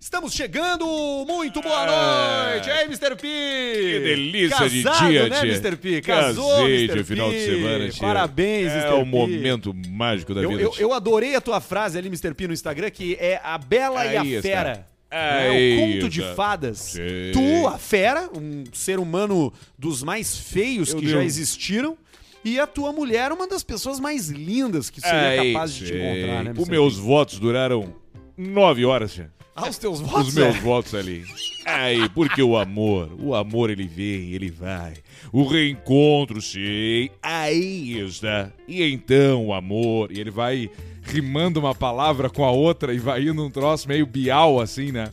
Estamos chegando! Muito boa noite! Aí, Mr. P! Que É. delícia Casado, de dia, né, tia? Mr. P? Casou, Casei Mr. de final P. de semana, tia. Parabéns, é Mr. P. o momento mágico da Eu, vida, eu- tia. eu adorei a tua frase ali, Mr. P, no Instagram, que é a bela Aí e a está. fera. Aí né? O conto de está. fadas. Sim. Tu, a fera, um ser humano dos mais feios Meu que já Deus. existiram. E a tua mulher, uma das pessoas mais lindas que seria Aí, capaz de te tia. encontrar, né, Os Mr. meus votos duraram nove horas, tia. Aos teus votos, Os meus é? votos ali. Aí, porque o amor, o amor ele vem, ele vai. O reencontro, sim, aí está. E então o amor, e ele vai rimando uma palavra com a outra e vai indo um troço meio bial assim, né?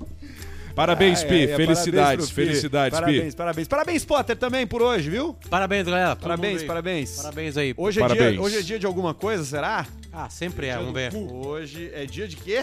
Parabéns, Ai, Pi. ai, ai, felicidades, parabéns pro Pi. felicidades, Parabéns, Pi. parabéns. Parabéns, Potter, também por hoje, viu? Parabéns, galera. Todo mundo Parabéns, aí. parabéns. Parabéns aí. Hoje é, Parabéns. Dia, hoje é dia de alguma coisa, será? Ah, sempre é. Vamos ver. Hoje é dia de quê?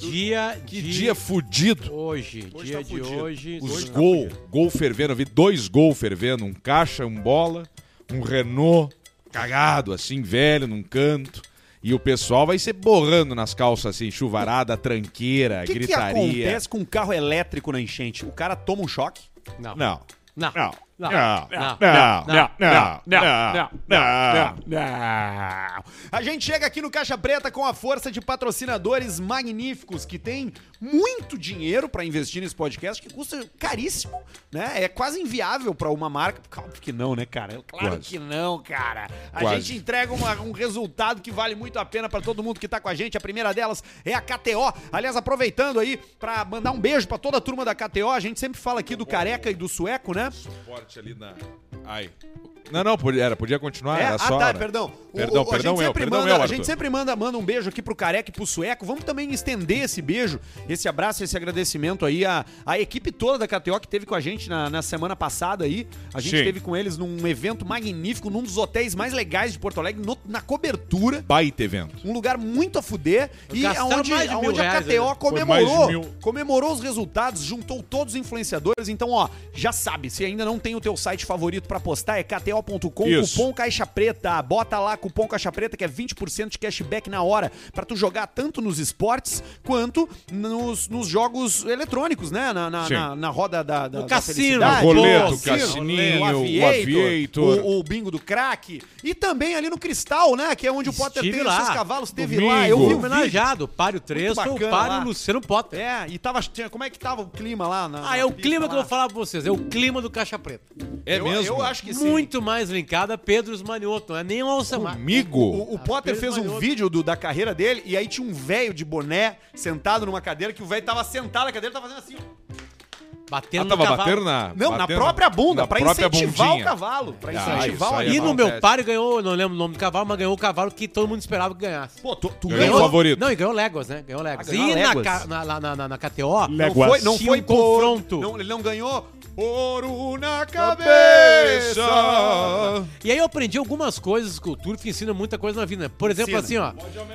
Dia Que de dia fudido. hoje. Hoje dia tá de fudido. hoje. Os Hoje tá gol, fudido. gol fervendo. Eu vi dois gol fervendo. Um caixa, um bola, um Renault cagado, assim, velho, num canto. E o pessoal vai se borrando nas calças, assim, chuvarada, tranqueira, O que, que gritaria. acontece com um carro elétrico na enchente? O cara toma um choque? Não. Não. Não. Não. Não. Não. Não. Não. Não. Não. Não. Não. Não. Não. Não. A gente chega aqui no Caixa Preta com a força de patrocinadores magníficos que tem muito dinheiro pra investir nesse podcast que custa caríssimo, né? É quase inviável pra uma marca. Claro que não, né, cara? É Claro Quase. que não, cara. A Quase. gente entrega uma- um resultado que vale muito a pena pra todo mundo que tá com a gente. A primeira delas é a KTO. Aliás, aproveitando aí pra mandar um beijo pra toda a turma da KTO. A gente sempre fala aqui do careca e do sueco, né? Forte ali na. Ai. Não, não, podia- era, podia continuar, É? era Ah, só. tá, era. perdão. O- Perdão, o- a perdão gente eu, sempre perdão manda, eu, A Arthur. gente sempre manda, manda um beijo aqui pro Careca e pro Sueco. Vamos também estender esse beijo, esse abraço, esse agradecimento aí à, à equipe toda da KTO que teve com a gente na, na semana passada aí. A gente Sim. teve com eles num evento magnífico, num dos hotéis mais legais de Porto Alegre, no- na cobertura. Baita evento. Um lugar muito a fuder e Gastaram aonde, mais de mil aonde a reais, KTO né? comemorou, Foi mais de mil. comemorou os resultados, juntou todos os influenciadores. Então, ó, já sabe, se ainda não tem o teu site favorito pra postar, é kto.com, Isso. cupom Caixa Preta. Bota lá cupom Caixa Preta que é 20% de cashback na hora pra tu jogar tanto nos esportes quanto nos, nos jogos eletrônicos, né? Na, na, Sim. na- na roda da, da, No da cassino, felicidade. no roleto, No cassininho, no o Aviator. o- o bingo do crack e também ali no Cristal, né? Que é onde o Potter Estive teve lá. seus cavalos, teve Domingo. lá. Eu vi o vídeo. Homenageado. Pare o Tresso, Muito bacana pare lá. o Luciano Potter. É, e tava, tinha, como é que tava o clima lá? na- Ah, é na o pista clima que eu lá? vou falar pra vocês. É o clima do Caixa Preta. É eu, mesmo? Eu acho que sim. Muito mais linkada a Pedro Esmanioto. Não é nem o Alcemar. Comigo? Ah, O, o Potter Pedro fez um Manioto. vídeo do- da carreira dele e aí tinha um velho de boné sentado numa cadeira que o velho tava sentado na cadeira e tava fazendo assim, ó. Batendo Ah, no tava cavalo. batendo na. Não, na batendo- própria bunda, na pra própria incentivar bundinha. o cavalo. Pra Ah, incentivar isso o aí é E animal. no meu Acontece. pare ganhou, eu não lembro o nome do cavalo, mas ganhou o cavalo que todo mundo esperava que ganhasse. Pô, tu, tu Ganhou ganhou. o favorito. Não, e ganhou Legos, né? Ganhou Legos. Ah, ganhou e na, Legos. ca- na, lá na, na, na KTO, Não foi, não Tinha foi um por- confronto. não- ele não ganhou ouro na cabeça. Cabeça. E aí eu aprendi algumas coisas com o Turf que ensina muita coisa na vida. né? Por exemplo, assim, ó.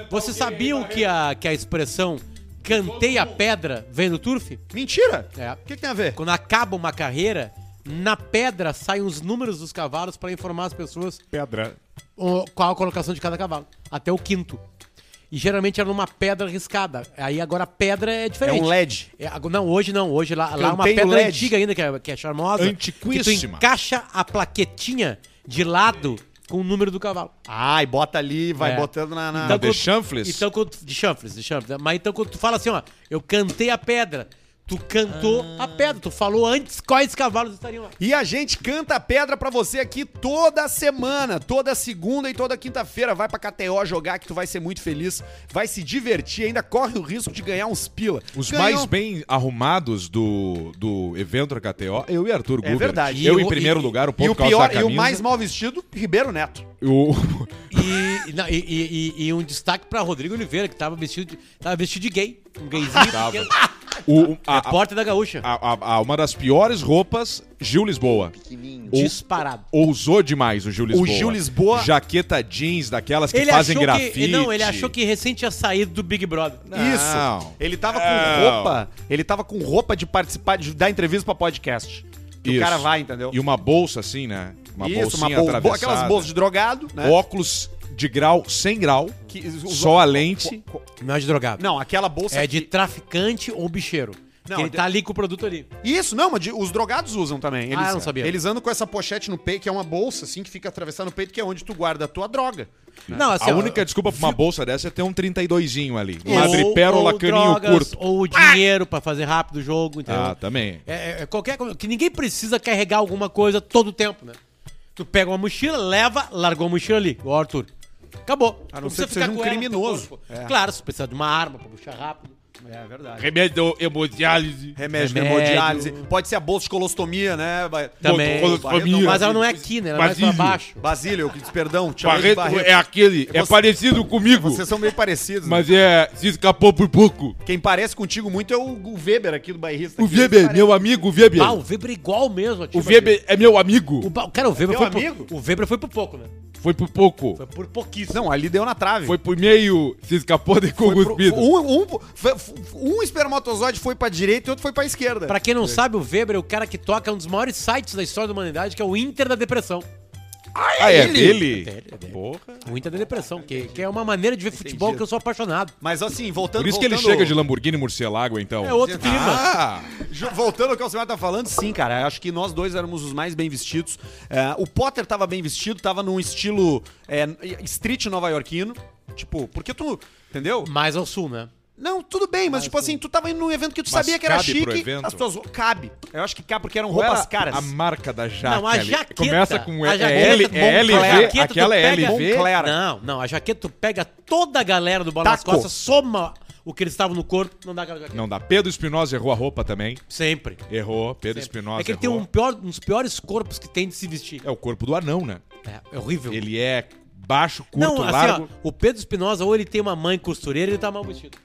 Vocês sabiam que a, que a expressão cantei a pedra vem do Turf? Mentira! É. O que, que tem a ver? Quando acaba uma carreira, na pedra saem os números dos cavalos pra informar as pessoas Pedra. o- qual a colocação de cada cavalo. Até o quinto. E geralmente era numa pedra riscada. Aí agora a pedra é diferente. É um LED. É, agora- não, hoje não. Hoje lá, lá é uma Canteio pedra LED. antiga ainda, que é, que é charmosa. Que tu Antiquíssima. encaixa a plaquetinha de lado com o número do cavalo. Ai, bota ali, vai É. botando na. na- Então, quando- de chanfles? Então, quando tu- de chanfles, de chanfles. Mas então quando tu fala assim, ó, eu cantei a pedra. Tu cantou a pedra. Tu falou antes quais cavalos estariam lá. E a gente canta a pedra pra você aqui toda semana, toda segunda e toda quinta-feira. Vai pra KTO jogar que tu vai ser muito feliz, vai se divertir, ainda corre o risco de ganhar uns pila. Os Ganhou. mais bem arrumados do, do evento da KTO, eu e Arthur Guber. É verdade. Eu E em o- primeiro e- lugar, um E pouco o por causa da pior, e camisa. o mais mal vestido, Ribeiro Neto. O- E, não, e, e- e- e um destaque pra Rodrigo Oliveira, que tava vestido de, tava vestido de gay. Um gayzinho. Tava. pequeno. o- É, a- a- Repórter da Gaúcha. a- a- a- uma das piores roupas, Gil Lisboa. Ou- Um Disparado. Ousou demais o Gil Lisboa. Gil Lisboa- Jaqueta jeans, daquelas que fazem grafite. que, não, ele achou que recente tinha saído do Big Brother. Isso. Ele tava com Não. roupa, ele tava com roupa de participar de dar entrevista pra podcast. E Isso. o cara vai, entendeu? E uma bolsa assim, né? Uma Isso, bolsinha bol- bo- atravessada. aquelas bolsas de drogado, né? Óculos de grau, 100 grau, Que os- só a lente. Não é de drogado. Não, aquela bolsa. É de que- traficante ou bicheiro. Não, que ele de- tá ali com o produto ali. Isso, não, mas de- os drogados usam também. Eles, Ah, eu não sabia. Eles andam com essa pochete no peito, que é uma bolsa, assim, que fica atravessada no peito, que é onde tu guarda a tua droga. Não, assim, A ó, única desculpa pra uma bolsa dessa é ter um 32zinho ali. ou- Madre pérola, ou caninho drogas, curto. Ou dinheiro pra fazer rápido o jogo, entendeu? Ah, também. É, é- é qualquer coisa. Que ninguém precisa carregar alguma coisa todo o tempo, né? Tu pega uma mochila, leva, largou a mochila ali, igual o Arthur. Acabou. A não precisa ser que seja ficar um com ela no teu criminoso. corpo. É. Claro, se precisar de uma arma pra puxar rápido. É verdade. Remédio hemodiálise. Remédio, Remédio. hemodiálise. Pode ser a bolsa de colostomia, né? Ba- Também. Bol- Colostomia. Mas assim, ela não é aqui, né? Ela é mais pra Basílio. baixo. Basílio, eu que disse, perdão. te chamei de Barreto, é aquele, é Você- parecido comigo, Vocês são meio parecidos. né? mas é se escapou por pouco. Quem parece contigo muito é o o Weber aqui do bairrista. O aqui, ele Weber, parece- meu amigo, o Weber. Ah, o Weber é igual mesmo. O tipo, Weber é meu O, amigo. ba- cara, o teu Weber, foi amigo? por, o Weber foi por pouco, né? Foi por pouco. Foi por pouquíssimo. Não, ali deu na trave. Foi por meio, se escapou de Foi pro- cuspido. um, um, foi- um espermatozoide foi pra direita e outro foi pra esquerda. Pra quem não sabe, o Weber é o cara que toca um dos maiores sites da história da humanidade, que é o Inter da Depressão. Ah, é dele? É dele, é dele. Porra. O Inter da Depressão, que, que é uma maneira de ver futebol que eu sou apaixonado. Mas assim, voltando... Por isso que ele voltando- chega de Lamborghini Murcielago, então. É outro clima. Ah, Ju- Voltando ao que o Alcimar tá falando, sim, cara. Acho que nós dois éramos os mais bem vestidos. É, o Potter tava bem vestido, tava num estilo é, street nova-iorquino. Tipo, porque tu... Entendeu? Mais ao sul, né? Não, tudo bem, Ah, mas, tipo assim, tu tava indo num evento que tu Mas sabia que era cabe pro chique. evento? As tuas... Cabe. Eu acho que cabe porque eram qual roupas era caras. A marca da jaqueta. Não, a ali? jaqueta. Tá, Começa com a é jaqueta L, do é LV, Moncler. A jaqueta tu aquela é pega- LV. Moncler. Não, não. A jaqueta, tu pega toda a galera do Bola nas Taco. Costas, soma o que eles estavam no corpo, não dá aquela jaqueta. Não dá. Pedro Espinosa errou a roupa também. Sempre. Errou, Pedro sempre. Espinosa É que ele tem errou. um, pior, um dos piores corpos que tem de se vestir. É o corpo do anão, né? É, é horrível. Ele é baixo, curto, não, assim, largo. ó, o Pedro Espinosa, ou ele tem uma mãe costureira, ele tá mal vestido.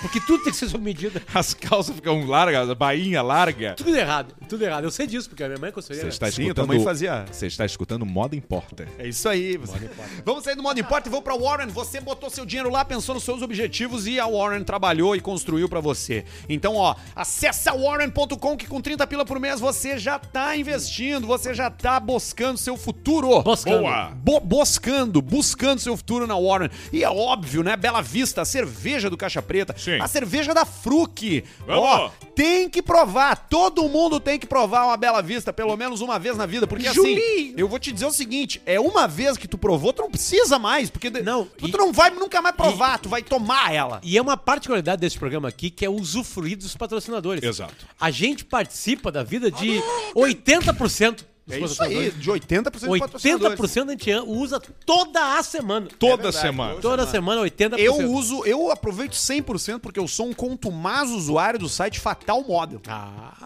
Porque tudo tem que ser sob medida. As calças ficam largas, a bainha larga. Tudo errado, tudo errado. Eu sei disso, porque a minha mãe é costureira. Você está Sim, tá escutando. tua mãe fazia. Você está escutando Moda Importa. É isso aí. Você... Vamos sair do modo importa e vou pra Warren. Você botou seu dinheiro lá, pensou nos seus objetivos e a Warren trabalhou e construiu pra você. Então, ó, acessa warren.com que com 30 pila por mês você já tá investindo, você já tá buscando seu futuro. Buscando. Boa. Bo- buscando, buscando seu futuro na Warren. E é óbvio, né? Bela Vista, a cerveja do Caixa Preta, Sim. a cerveja da Fruc. Vamos. Ó, tem que provar. Todo mundo tem que provar uma Bela Vista, pelo menos uma vez na vida. Porque assim, Julinho. eu vou te dizer o seguinte: é uma vez que tu provou, tu não precisa mais. Porque de- Não, tu, e- tu não vai nunca mais provar, tu vai tomar ela. E é uma particularidade desse programa aqui que é usufruir dos patrocinadores. Exato. A gente participa da vida de 80% dos É isso aí, patrocinadores. de 80% de patrocinadores. 80% a gente usa toda a semana. Toda verdade, semana. Toda semana, 80%. Eu uso, eu aproveito 100% porque eu sou um contumaz usuário do site Fatal Model.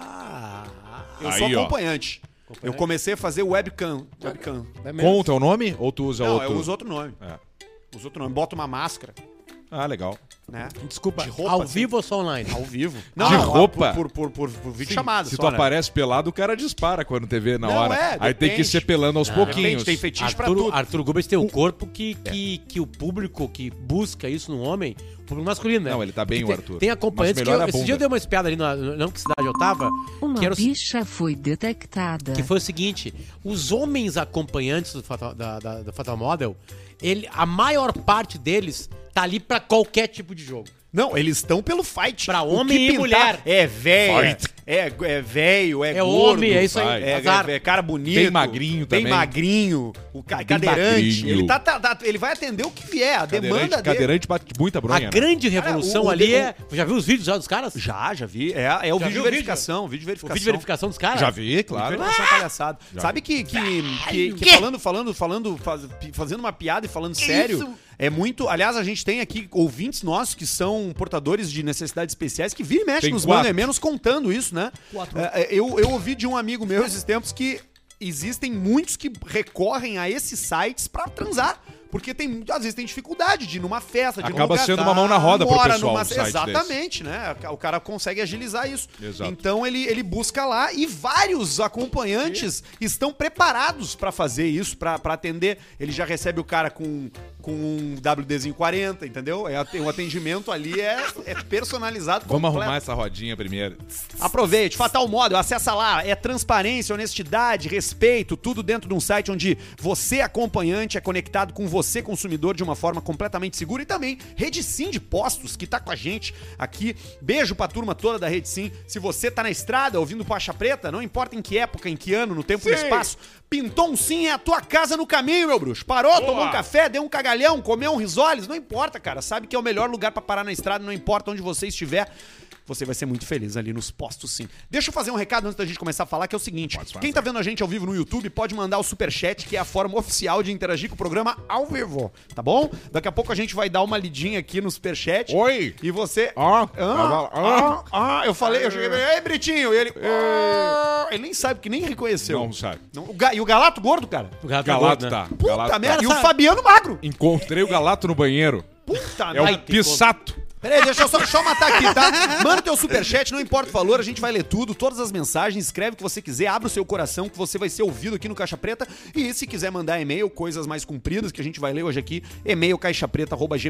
Ah. Eu sou Aí, ó. acompanhante. Eu comecei a fazer webcam. Webcam. é Conta o nome ou tu usa Não, outro? eu uso outro nome. É. Uso outro nome. Boto uma máscara, Ah, legal. né? Desculpa, De roupa, ao assim. vivo ou só online? Ao vivo. De lá roupa? Por, por, por, por vídeo chamado Se só, tu né? aparece pelado, o cara dispara quando te vê na Não, hora. é, Aí tem depende. que ser pelando aos Depende, pouquinhos. tem fetiche pra Arthur, tudo. É. Arthur Gomes tem um corpo que, que, que o público que busca isso no homem, o público masculino, né? Não, ele tá bem, Porque o tem- Arthur. Tem acompanhantes Mas que melhor eu, a esse bunda. dia eu dei uma espiada ali, na, não que cidade eu tava, Uma que era o bicha foi detectada. que foi o seguinte: os homens acompanhantes do Fatal, da, da- do Fatal Model, ele, a maior parte deles tá ali pra qualquer tipo de jogo. Não, eles estão pelo fight. Pra O homem que e pintar mulher. É velho. Fight. É, é velho, é, É, gordo. homem, é isso aí. vai. É, azar. é- é cara bonito. Bem magrinho bem também. magrinho. O ca- cadeirante. magrinho. Ele, tá, tá- tá- ele vai atender o que vier. A Cadeirante, demanda dele. cadeirante bate muita a bronha. né? grande Cara, revolução o- o ali de- é. Já viu os vídeos já dos caras? Já, já vi. É, é o Já vídeo viu o verificação. Vídeo O verificação. vídeo de verificação dos caras? Já vi, claro. Informação palhaçada. Sabe que, que, que, que falando, falando, falando, faz- pi- fazendo uma piada e falando sério, é muito. Aliás, a gente tem aqui ouvintes nossos que são portadores de necessidades especiais que vira e mexe Tem nos quatro. mandam menos contando isso, né? É, é, eu, eu ouvi de um amigo meu esses tempos que existem muitos que recorrem a esses sites pra transar. Porque tem, às vezes tem dificuldade de ir numa festa, de ir num Acaba lugar, tá, sendo uma mão na roda pro mora pessoal, numa- um site desse. Exatamente, né? O cara consegue agilizar isso. Exato. Então ele, ele busca lá e vários acompanhantes estão preparados pra fazer isso, pra pra atender. Ele já recebe o cara com, com um WDzinho 40, entendeu? É, at- o atendimento ali é, é personalizado. Vamos completo. arrumar essa rodinha primeiro. Aproveite, Fatal Model, acessa lá, é transparência, honestidade, respeito, tudo dentro de um site onde você, acompanhante, é conectado com você, consumidor, de uma forma completamente segura. E também Rede Sim de Postos, que tá com a gente aqui. Beijo pra turma toda da Rede Sim. Se você tá na estrada ouvindo Pacha Preta, não importa em que época, em que ano, no tempo e no Sim. espaço, pintou um sim, é a tua casa no caminho, meu bruxo. Parou, tomou um café, deu um cagalhão, comeu um risoles, não importa, cara. Sabe que é o melhor lugar pra parar na estrada, não importa onde você estiver. Você vai ser muito feliz ali nos postos, sim. Deixa eu fazer um recado antes da gente começar a falar, que é o seguinte. Quem tá vendo a gente ao vivo no YouTube, pode mandar o superchat, que é a forma oficial de interagir com o programa ao vivo, tá bom? Daqui a pouco a gente vai dar uma lidinha aqui no superchat. Oi. E você... Ah, Ah, ah, ah, eu falei, eu cheguei, ei, Britinho, e ele... ah, ele nem sabe, porque nem reconheceu. Não sabe. Não, o Ga- e o Galato gordo, cara? O gato, Galato gordo, né? tá. Puta Galato tá. merda, e o Essa- Fabiano magro. Encontrei o Galato no banheiro. Puta É o merda. Pissato. Peraí, deixa eu só, deixa eu matar aqui, tá? Manda teu superchat, não importa o valor, a gente vai ler tudo, todas as mensagens, escreve o que você quiser, abre o seu coração, que você vai ser ouvido aqui no Caixa Preta. E se quiser mandar e-mail, coisas mais compridas que a gente vai ler hoje aqui, e-mail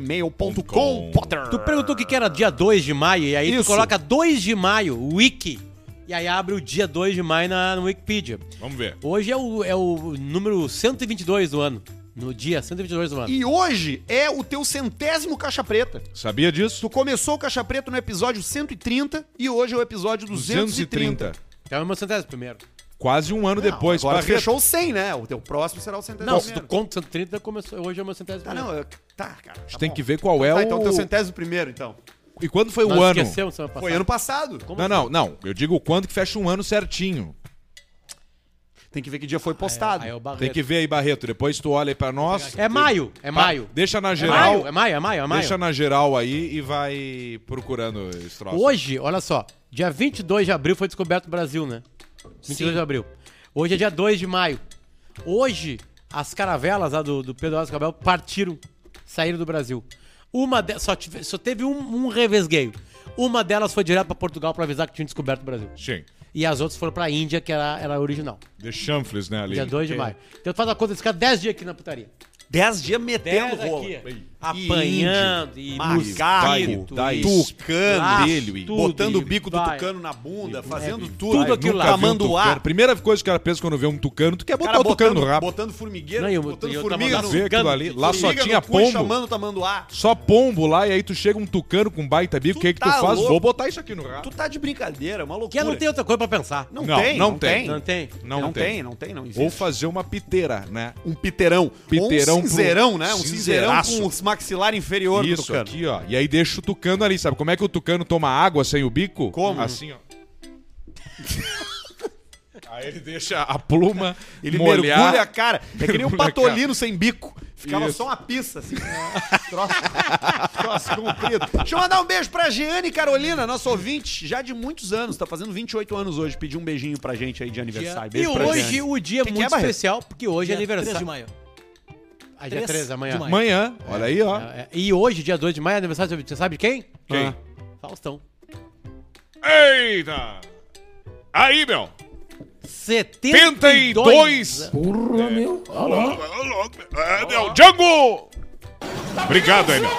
caixapreta.gmail.com, Potter. Tu perguntou o que que era dia 2 de maio, e aí tu Isso. coloca 2 de maio, wiki, e aí abre o dia 2 de maio na, no Wikipedia. Vamos ver. Hoje é o, é o número 122 do ano, no dia 122 do ano. E hoje é o teu centésimo Caixa Preta. Sabia disso? Tu começou o Caixa Preta no episódio 130 e hoje é o episódio 230. Então é o meu centésimo primeiro. Quase um ano depois. Agora Barreto. fechou o 100, né? O teu próximo será o centésimo. Não, se tu conta 130, começou, hoje é o meu centésimo Tá, primeiro. não, eu- tá, cara. tá A gente tem bom. que ver qual é Tá, o... então teu centésimo primeiro, então. E quando foi é o Nós ano? esquecemos semana passada. Foi ano passado. Como Não, não, não. Eu digo quando que fecha um ano certinho. Tem que ver que dia foi Aí postado. é- aí é o Barreto. Tem que ver aí, Barreto. Depois tu olha aí pra nós. É maio, é maio. Deixa na É geral. maio, é maio, é maio, é maio. Deixa na geral aí e vai procurando esse troço. Hoje, olha só, dia 22 de abril foi descoberto o Brasil, né? 22 de abril. Hoje é dia 2 de maio. Hoje, as caravelas lá do, do Pedro Álvares Cabral partiram, saíram do Brasil. Uma de, só, tive- só teve um, um revesgueio. Uma delas foi direto pra Portugal pra avisar que tinha descoberto o Brasil. Sim. E as outras foram pra Índia, que era, era a original. The Chanfles, né, ali. Dia 2 de maio. Então faz a conta de ficar 10 dias aqui na putaria. Dez dias metendo 10 rolo. aqui. Apanhando e, Macaco, mosquito, dá e- isso. Tucano. Dele, tudo, Botando o e bico do vai. tucano na bunda, fazendo vai, tudo. tudo aquilo aquilo lá. lá. Tamanduá. Tamanduá. um primeira coisa que o cara pensa quando vê um tucano, tu quer botar Cara o tucano no rabo. botando formigueiro, Não, e eu- botando e eu tava formiga lá no... Vê aquilo Tucano, ali. Lá só formiga tinha no cu e pombo. chamando o tamanduá. Só pombo lá e aí tu chega um tucano com baita bico. O Tu que que tu tá faz? louco. Vou botar isso aqui no rabo. Tu tá de brincadeira, é uma loucura. Que não tem outra coisa pra pensar. Não, Não, tem, não tem. Não tem? Não, tem, não tem, não existe. Ou fazer uma piteira, né? um piterão. Piterão Ou um cinzeirão, pro- né? Um cinzeirão cinzeiraço. com os maxilar inferior do Isso tucano. aqui, ó. E aí deixa o tucano ali, sabe? Como é que o tucano toma água sem o bico? Como? Assim, ó. aí ele deixa a pluma Ele molhar. mergulha a cara. É que nem um Mergulha a patolino sem bico. Ficava Isso. só uma pista, assim. troço, um troço comprido. Deixa eu mandar um beijo pra Giane Carolina, nossa ouvinte, já de muitos anos. Tá fazendo 28 anos hoje. Pediu um beijinho pra gente aí de aniversário. E Beijo pra hoje Giane. o dia é Que que muito é, Barreto? especial, porque hoje é aniversário. 3 de maio. Ah, dia Três 3 amanhã. de maio. Amanhã, olha aí, ó. Ah. É, é, E hoje, dia 2 de maio, é aniversário, de- você sabe de quem? Ah, Quem? Faustão. Eita! Aí, meu! 72! É, meu, Django! Obrigado aí, meu.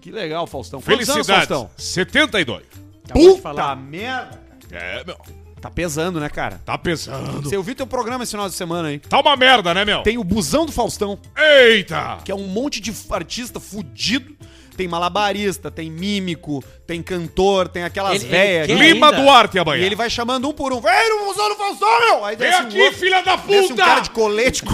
Que legal, Faustão. Quantos anos, Felicidades. Faustão? 72. Acabou de Puta falar. merda. cara. É, meu. Tá pesando, né, cara? Tá pesando. Você ouviu teu programa esse final de semana aí. Tá uma merda, né, meu? Tem o Busão do Faustão. Eita! que é um monte de artista fudido. Tem malabarista, tem mímico, tem cantor, tem aquelas Ele- ele velhas. quer- que- Lima ainda? Duarte E amanhã. ele vai chamando um por um. Vem no Museu do Faustão, meu! Aí Vem desce um aqui, outro- filha da desce um puta! cara de colete, com-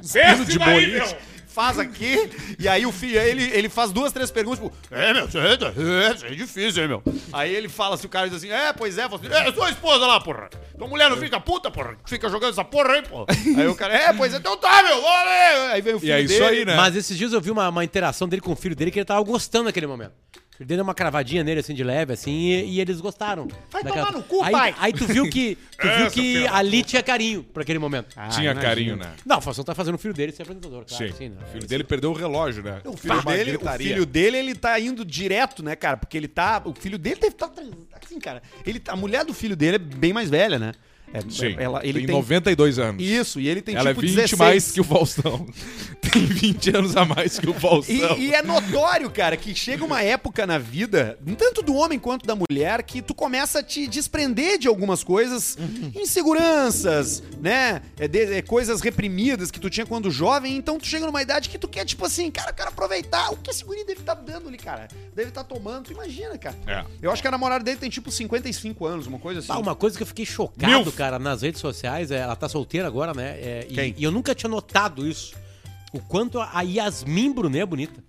Desce de daí, boliche. meu. faz aqui, e aí o filho, aí ele, ele faz duas, três perguntas, tipo, é, meu, isso é, isso é difícil, hein, meu? Aí ele fala, se o cara diz assim, é, pois é, Faustão, é, sua esposa lá, porra. Tua mulher É. não fica puta, porra, fica jogando essa porra aí, porra. Aí o cara, é, pois é, então tá, meu, olha aí. Aí vem o filho E é isso dele, aí, né? Mas esses dias eu vi uma, uma interação dele com o filho dele que ele tava gostando naquele momento. O filho dele deu uma cravadinha nele, assim, de leve, assim, e, e eles gostaram. Vai daquela- tomar no cu, aí, pai! É, Aí tu viu que, tu viu Essa que filha da ali tinha carinho pra aquele Ah, momento. Tinha imagina. carinho, né? Não, o Faustão tá fazendo o filho dele ser apresentador, claro. Sim. Sim, né? o filho dele perdeu o relógio, né? O filho, dele, o filho dele, ele tá indo direto, né, cara? Porque ele tá. O filho dele deve estar. Tá, trans- assim, cara. Ele, tá- a mulher do filho dele é bem mais velha, né? É, Sim. ela- ele tem, tem 92 anos. Isso, e ele tem Ela tipo é 20 16. mais que o Faustão. Tem 20 anos a mais que o Faustão. E, e é notório, cara, que chega uma época na vida, tanto do homem quanto da mulher, que tu começa a te desprender de algumas coisas, Uhum. inseguranças, né? É de- é coisas reprimidas que tu tinha quando jovem, então tu chega numa idade que tu quer, tipo assim, cara, eu quero aproveitar o que esse guri deve estar dando ali, cara. Deve estar tomando, tu imagina, cara. É. Eu acho que a namorada dele tem tipo 55 anos, uma coisa assim. Ah, uma coisa que eu fiquei chocado, Milf. cara, nas redes sociais, é, ela tá solteira agora, né? É, e- Quem? E, eu nunca tinha notado isso. O quanto a Yasmin Brunet é bonita.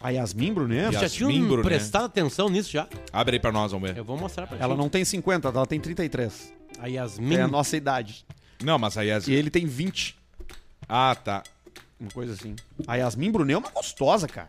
A Yasmin Brunet? Vocês já Yasmin tinham Brunet. prestado atenção nisso já? Abre aí pra nós, vamos ver. Eu vou mostrar pra Ela ti. não tem 50, ela tem 33. A Yasmin. É a nossa idade. Não, mas aí as... E ele tem 20. Ah, tá. Uma coisa assim. A Yasmin Brunet é uma gostosa, cara.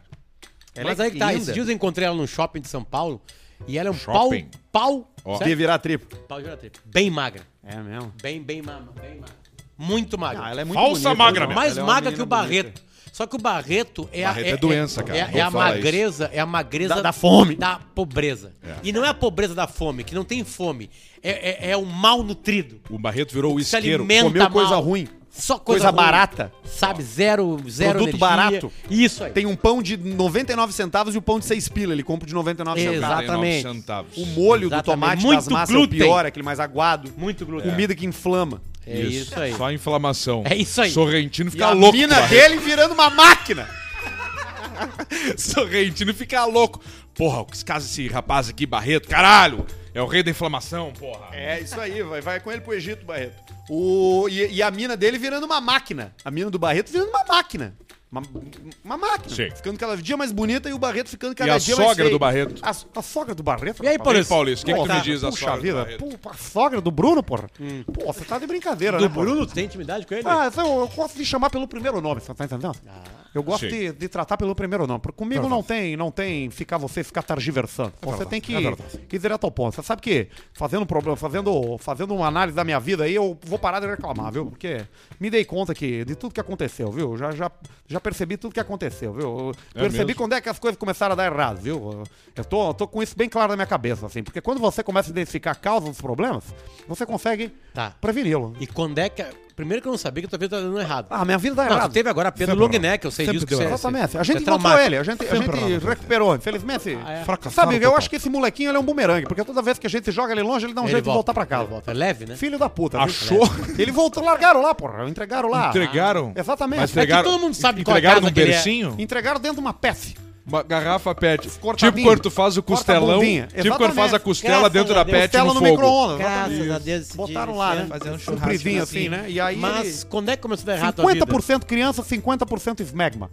Ela Mas é aí que tá, linda. esses dias eu encontrei ela num shopping de São Paulo e ela é um Shopping. pau. Ó. Pau. Devia Sério? virar triplo. Pau de oratriz. Bem magra. É mesmo? Bem, bem magra. Bem magra. Muito magra. ela é muito Falsa bonita. magra mesmo. mais Ela é uma magra que menina o Barreto. bonita. Só que o Barreto é Barreto é doença, cara. É, Não é a fala isso. magreza, é a magreza Da- da fome. da pobreza. E não é a pobreza da fome, que não tem fome. É, é, é o mal nutrido. O Barreto virou o Se isqueiro. alimenta Comeu coisa mal. ruim. Só coisa, Coisa ruim. barata. Sabe, zero, zero Produto energia. barato. Isso aí. Tem um pão de 99 centavos e o pão de 6 pila. Ele compra o de 99 centavos. Exato. exatamente. centavos. O molho Exatamente. do tomate das Muito massas glúten. É. é o pior, aquele mais aguado. Muito glúten. Comida que inflama. É isso, aí. Só inflamação. É isso aí. Sorrentino E fica a louco. mina Barreto. dele virando uma máquina. Sorrentino fica louco. Porra, que caso esse rapaz aqui, Barreto, caralho! É o rei da inflamação, porra. É isso aí, vai, vai com ele pro Egito, Barreto. O, e, e a mina dele virando uma máquina. A mina do Barreto virando uma máquina. Uma, uma máquina. Sim. Ficando cada dia mais bonita e o Barreto ficando cada a dia mais sogra feio. do Barreto? A, a sogra do Barreto? E aí, rapaz? Ei, Paulista? Paulista, o que, que tu Porra, me diz a puxa sogra do vida, Barreto? pô, a sogra do Bruno, porra. Pô, você tá de brincadeira, Do né? porra? Bruno, tu tem intimidade com ele? Ah, eu, eu gosto de chamar pelo primeiro nome, você tá entendendo? Ah, eu gosto Sim. de, de tratar pelo primeiro nome. porque Comigo Então não tá. tem, não tem ficar você ficar targiversando. É você tem que, que ir direto ao ponto. Você sabe que fazendo um problema, fazendo, fazendo uma análise da minha vida aí, eu vou parar de reclamar, viu? Porque me dei conta que de tudo que aconteceu, viu? Já, já, já percebi tudo que aconteceu, viu? Eu É percebi mesmo? quando é que as coisas começaram a dar errado, viu? Eu tô, tô com isso bem claro na minha cabeça, assim, porque quando você começa a identificar a causa dos problemas, você consegue Tá. preveni-lo. E quando é que... Primeiro que eu não sabia que tua vida tá dando errado. Ah, minha vida dá Não, errado. tu teve agora Pedro Sempre Longneck, eu sei Sempre disso que deu você errado. Exatamente. A você é gente encontrou traumático. ele, um a gente, a Sempre gente recuperou, infelizmente. Ah, é? Sabe, eu acho que esse molequinho ele é um bumerangue, porque toda vez que a gente joga ele longe, ele dá um Ele jeito de voltar volta, pra casa. ele volta. É leve, né? Filho da puta. viu? Achou? Ele voltou, largaram lá, porra. Entregaram lá. Entregaram? Exatamente. Mas É que entregaram, todo mundo sabe qual é a entregaram casa num que ele é. bercinho? Entregaram dentro de uma peça. Uma garrafa pet. Cortadinho. Tipo quando tu faz o Corta a costelão. bundinha. Tipo quando faz a Exatamente. costela Graças dentro a da Deus. pet no, Costela no, fogo. micro-ondas. Graças exatamente. a Deus, esse Botaram dia, lá, esse né? ano. Fazer um churrasco Compridinho assim. assim, né? E aí Mas ele- quando é que começou a dar errado a tua vida? É. 50% criança, 50% smegma.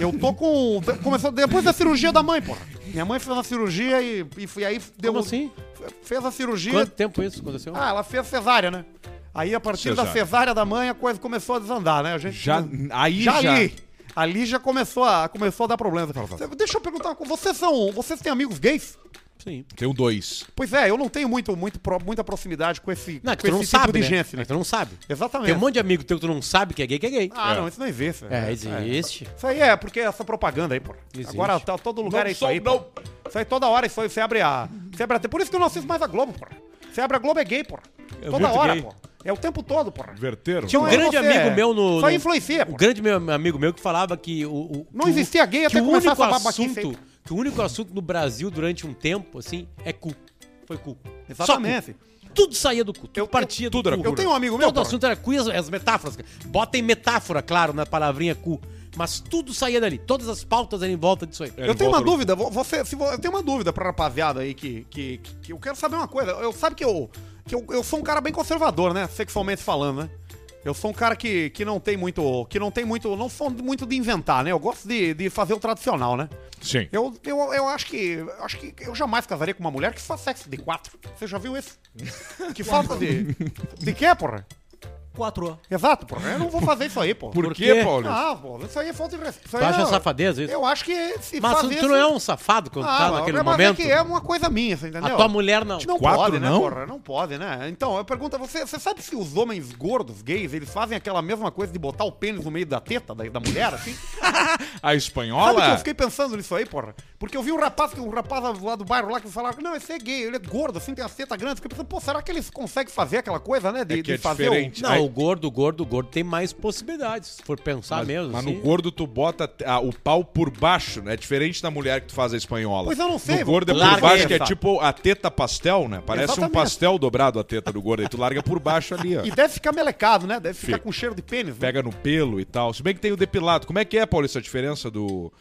Eu tô com. Começou depois da cirurgia da mãe, porra. Minha mãe fez uma cirurgia e, e, e aí deu. Como assim? Fez a cirurgia. Quanto tempo isso aconteceu? Ah, ela fez cesárea, né? Aí a partir da Cesárea. cesárea da mãe a coisa começou a desandar, né? A gente Já, aí já já. ali. Ali já começou a, começou a dar problema. Cê- Deixa eu perguntar, uma coisa. vocês são, vocês têm amigos gays? Sim. Tem um dois. Pois é, eu não tenho muito, muito pro- muita proximidade com esse, Não, é que com tu esse não sabe, de né? gente, né? É que tu não sabe. Exatamente. Tem um monte de amigo teu que tu não sabe que é gay, que é gay. Ah, É. não, isso não existe. É, é. existe. Isso aí é, porque essa propaganda aí, pô. Existe. Agora tá, todo lugar Não é isso sou- aí, pô. não. Isso aí toda hora, isso aí você abre a... Você abre a... Por isso que eu não assisto mais a Globo, pô. Você abre a Globo é gay, pô. Toda muito hora, gay. pô. É o tempo todo, pô. Verteiro? Tinha Um Não é grande você, amigo meu no. só no- influencia, Um É, pô. grande meu, amigo meu que falava que o. o- Não que o- existia gay até que o começar único essa babaquice assunto Que o único assunto no Brasil durante um tempo, assim, é cu. Foi cu. Exatamente. Só cu. Tudo saía do cu. Tudo Eu- partia tudo era do cu. cu. Eu tenho um amigo meu, Todo pô. assunto era cu e as, as metáforas. cara. Botem metáfora, claro, na palavrinha cu. Mas tudo saía dali. Todas as pautas eram em volta disso aí. É. Eu tenho uma Volta no- dúvida, vo- você, se vo- eu tenho uma dúvida pra rapaziada aí que, que, que, que eu quero saber uma coisa. Eu sabe que eu que eu, eu sou um cara bem conservador, né, sexualmente falando, né? Eu sou um cara que, que não tem muito, que não tem muito, não sou muito de inventar, né? Eu gosto de, de fazer o tradicional, né? Sim. Eu, eu, eu acho que eu acho que eu jamais casaria com uma mulher que faz sexo de quatro. Você já viu isso? Que falta de de quê, porra? Quatro. Exato, pô. Eu não vou fazer isso aí, pô. Por, Por quê, quê? Paulo? Ah, pô, isso aí é falta de respeito. Isso Tu aí acha é- safadeza isso? Eu acho que se Mas tu, fazer tu isso- não é um safado quando Ah, tá mas naquele mas momento? é que é uma coisa minha, você entendeu? A tua mulher não. Não Quatro, pode, né, não? porra? Não pode, né? Então, eu pergunto a você, você sabe se os homens gordos gays, eles fazem aquela mesma coisa de botar o pênis no meio da teta da, da mulher, assim? Sabe A que eu espanhola? fiquei pensando nisso aí, porra? Porque eu vi um rapaz, que um rapaz lá do bairro lá que falava, não, esse é gay, ele é gordo, assim, tem a teta grande. Eu fiquei pensando, pô, será que eles conseguem fazer aquela coisa, né? De, É que é de fazer o- diferente. Não, Aí- o gordo, o gordo, o gordo tem mais possibilidades, se for pensar mesmo. Mas assim. no gordo tu bota ah, o pau por baixo, né? É diferente da mulher que tu faz a espanhola. Pois eu não sei, No gordo é por larga baixo, que é essa. tipo a teta pastel, né? Parece um Exatamente. pastel dobrado a teta do gordo. Aí tu larga por baixo ali, ó. E deve ficar melecado, né? Deve ficar Fica. com cheiro de pênis. né? Pega no pelo e tal. Se bem que tem o depilado. Como é que é, Paulo, essa diferença do...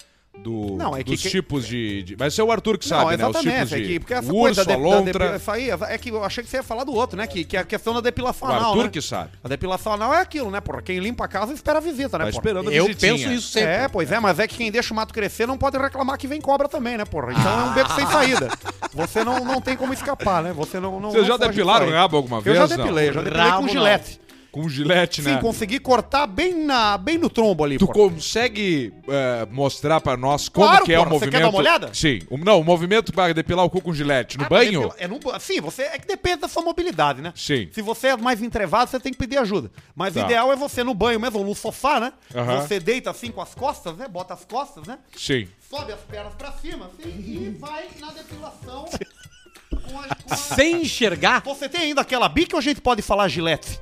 Do, Não, é que dos que- tipos de, de- Mas isso é o Arthur que não, sabe, né? Os exatamente, tipos de. é que, porque essa urso, coisa da, a de- da lontra. depi- isso aí, é que eu achei que você ia falar do outro, né? Que, que é a questão da o depilação anal, Arthur né? que sabe. A depilação anal é aquilo, né, porra? Quem limpa a casa espera a visita, né, Tá porra? esperando a Eu visitinha. penso isso sempre. É, pois é, mas é que quem deixa o mato crescer não pode reclamar que vem cobra também, né, porra? Então é um beco Ah. sem saída. Você não, não tem como escapar, né? Você não. não Vocês não já foge depilaram o disso aí. rabo alguma Eu vez? já não? depilei, já depilei Rabo com não. gilete. Com gilete, né? Sim, consegui cortar bem, na, bem no trombo ali, Tu porra. consegue eh, mostrar pra nós como Claro, que é o porra, você movimento? quer dar uma olhada? Sim. O- não, o movimento para depilar o cu com gilete. No Ah, banho? depila- É no ba- Sim, você é que depende da sua mobilidade, né? Sim. Se você é mais entrevado, você tem que pedir ajuda. Mas Tá. o ideal é você no banho mesmo, ou no sofá, né? Aham. Você deita assim com as costas, né? Bota as costas, né? Sim. Sobe as pernas pra cima, assim, e vai na depilação. com a- com a- Sem enxergar, Você tem ainda aquela bica ou a gente pode falar gilete?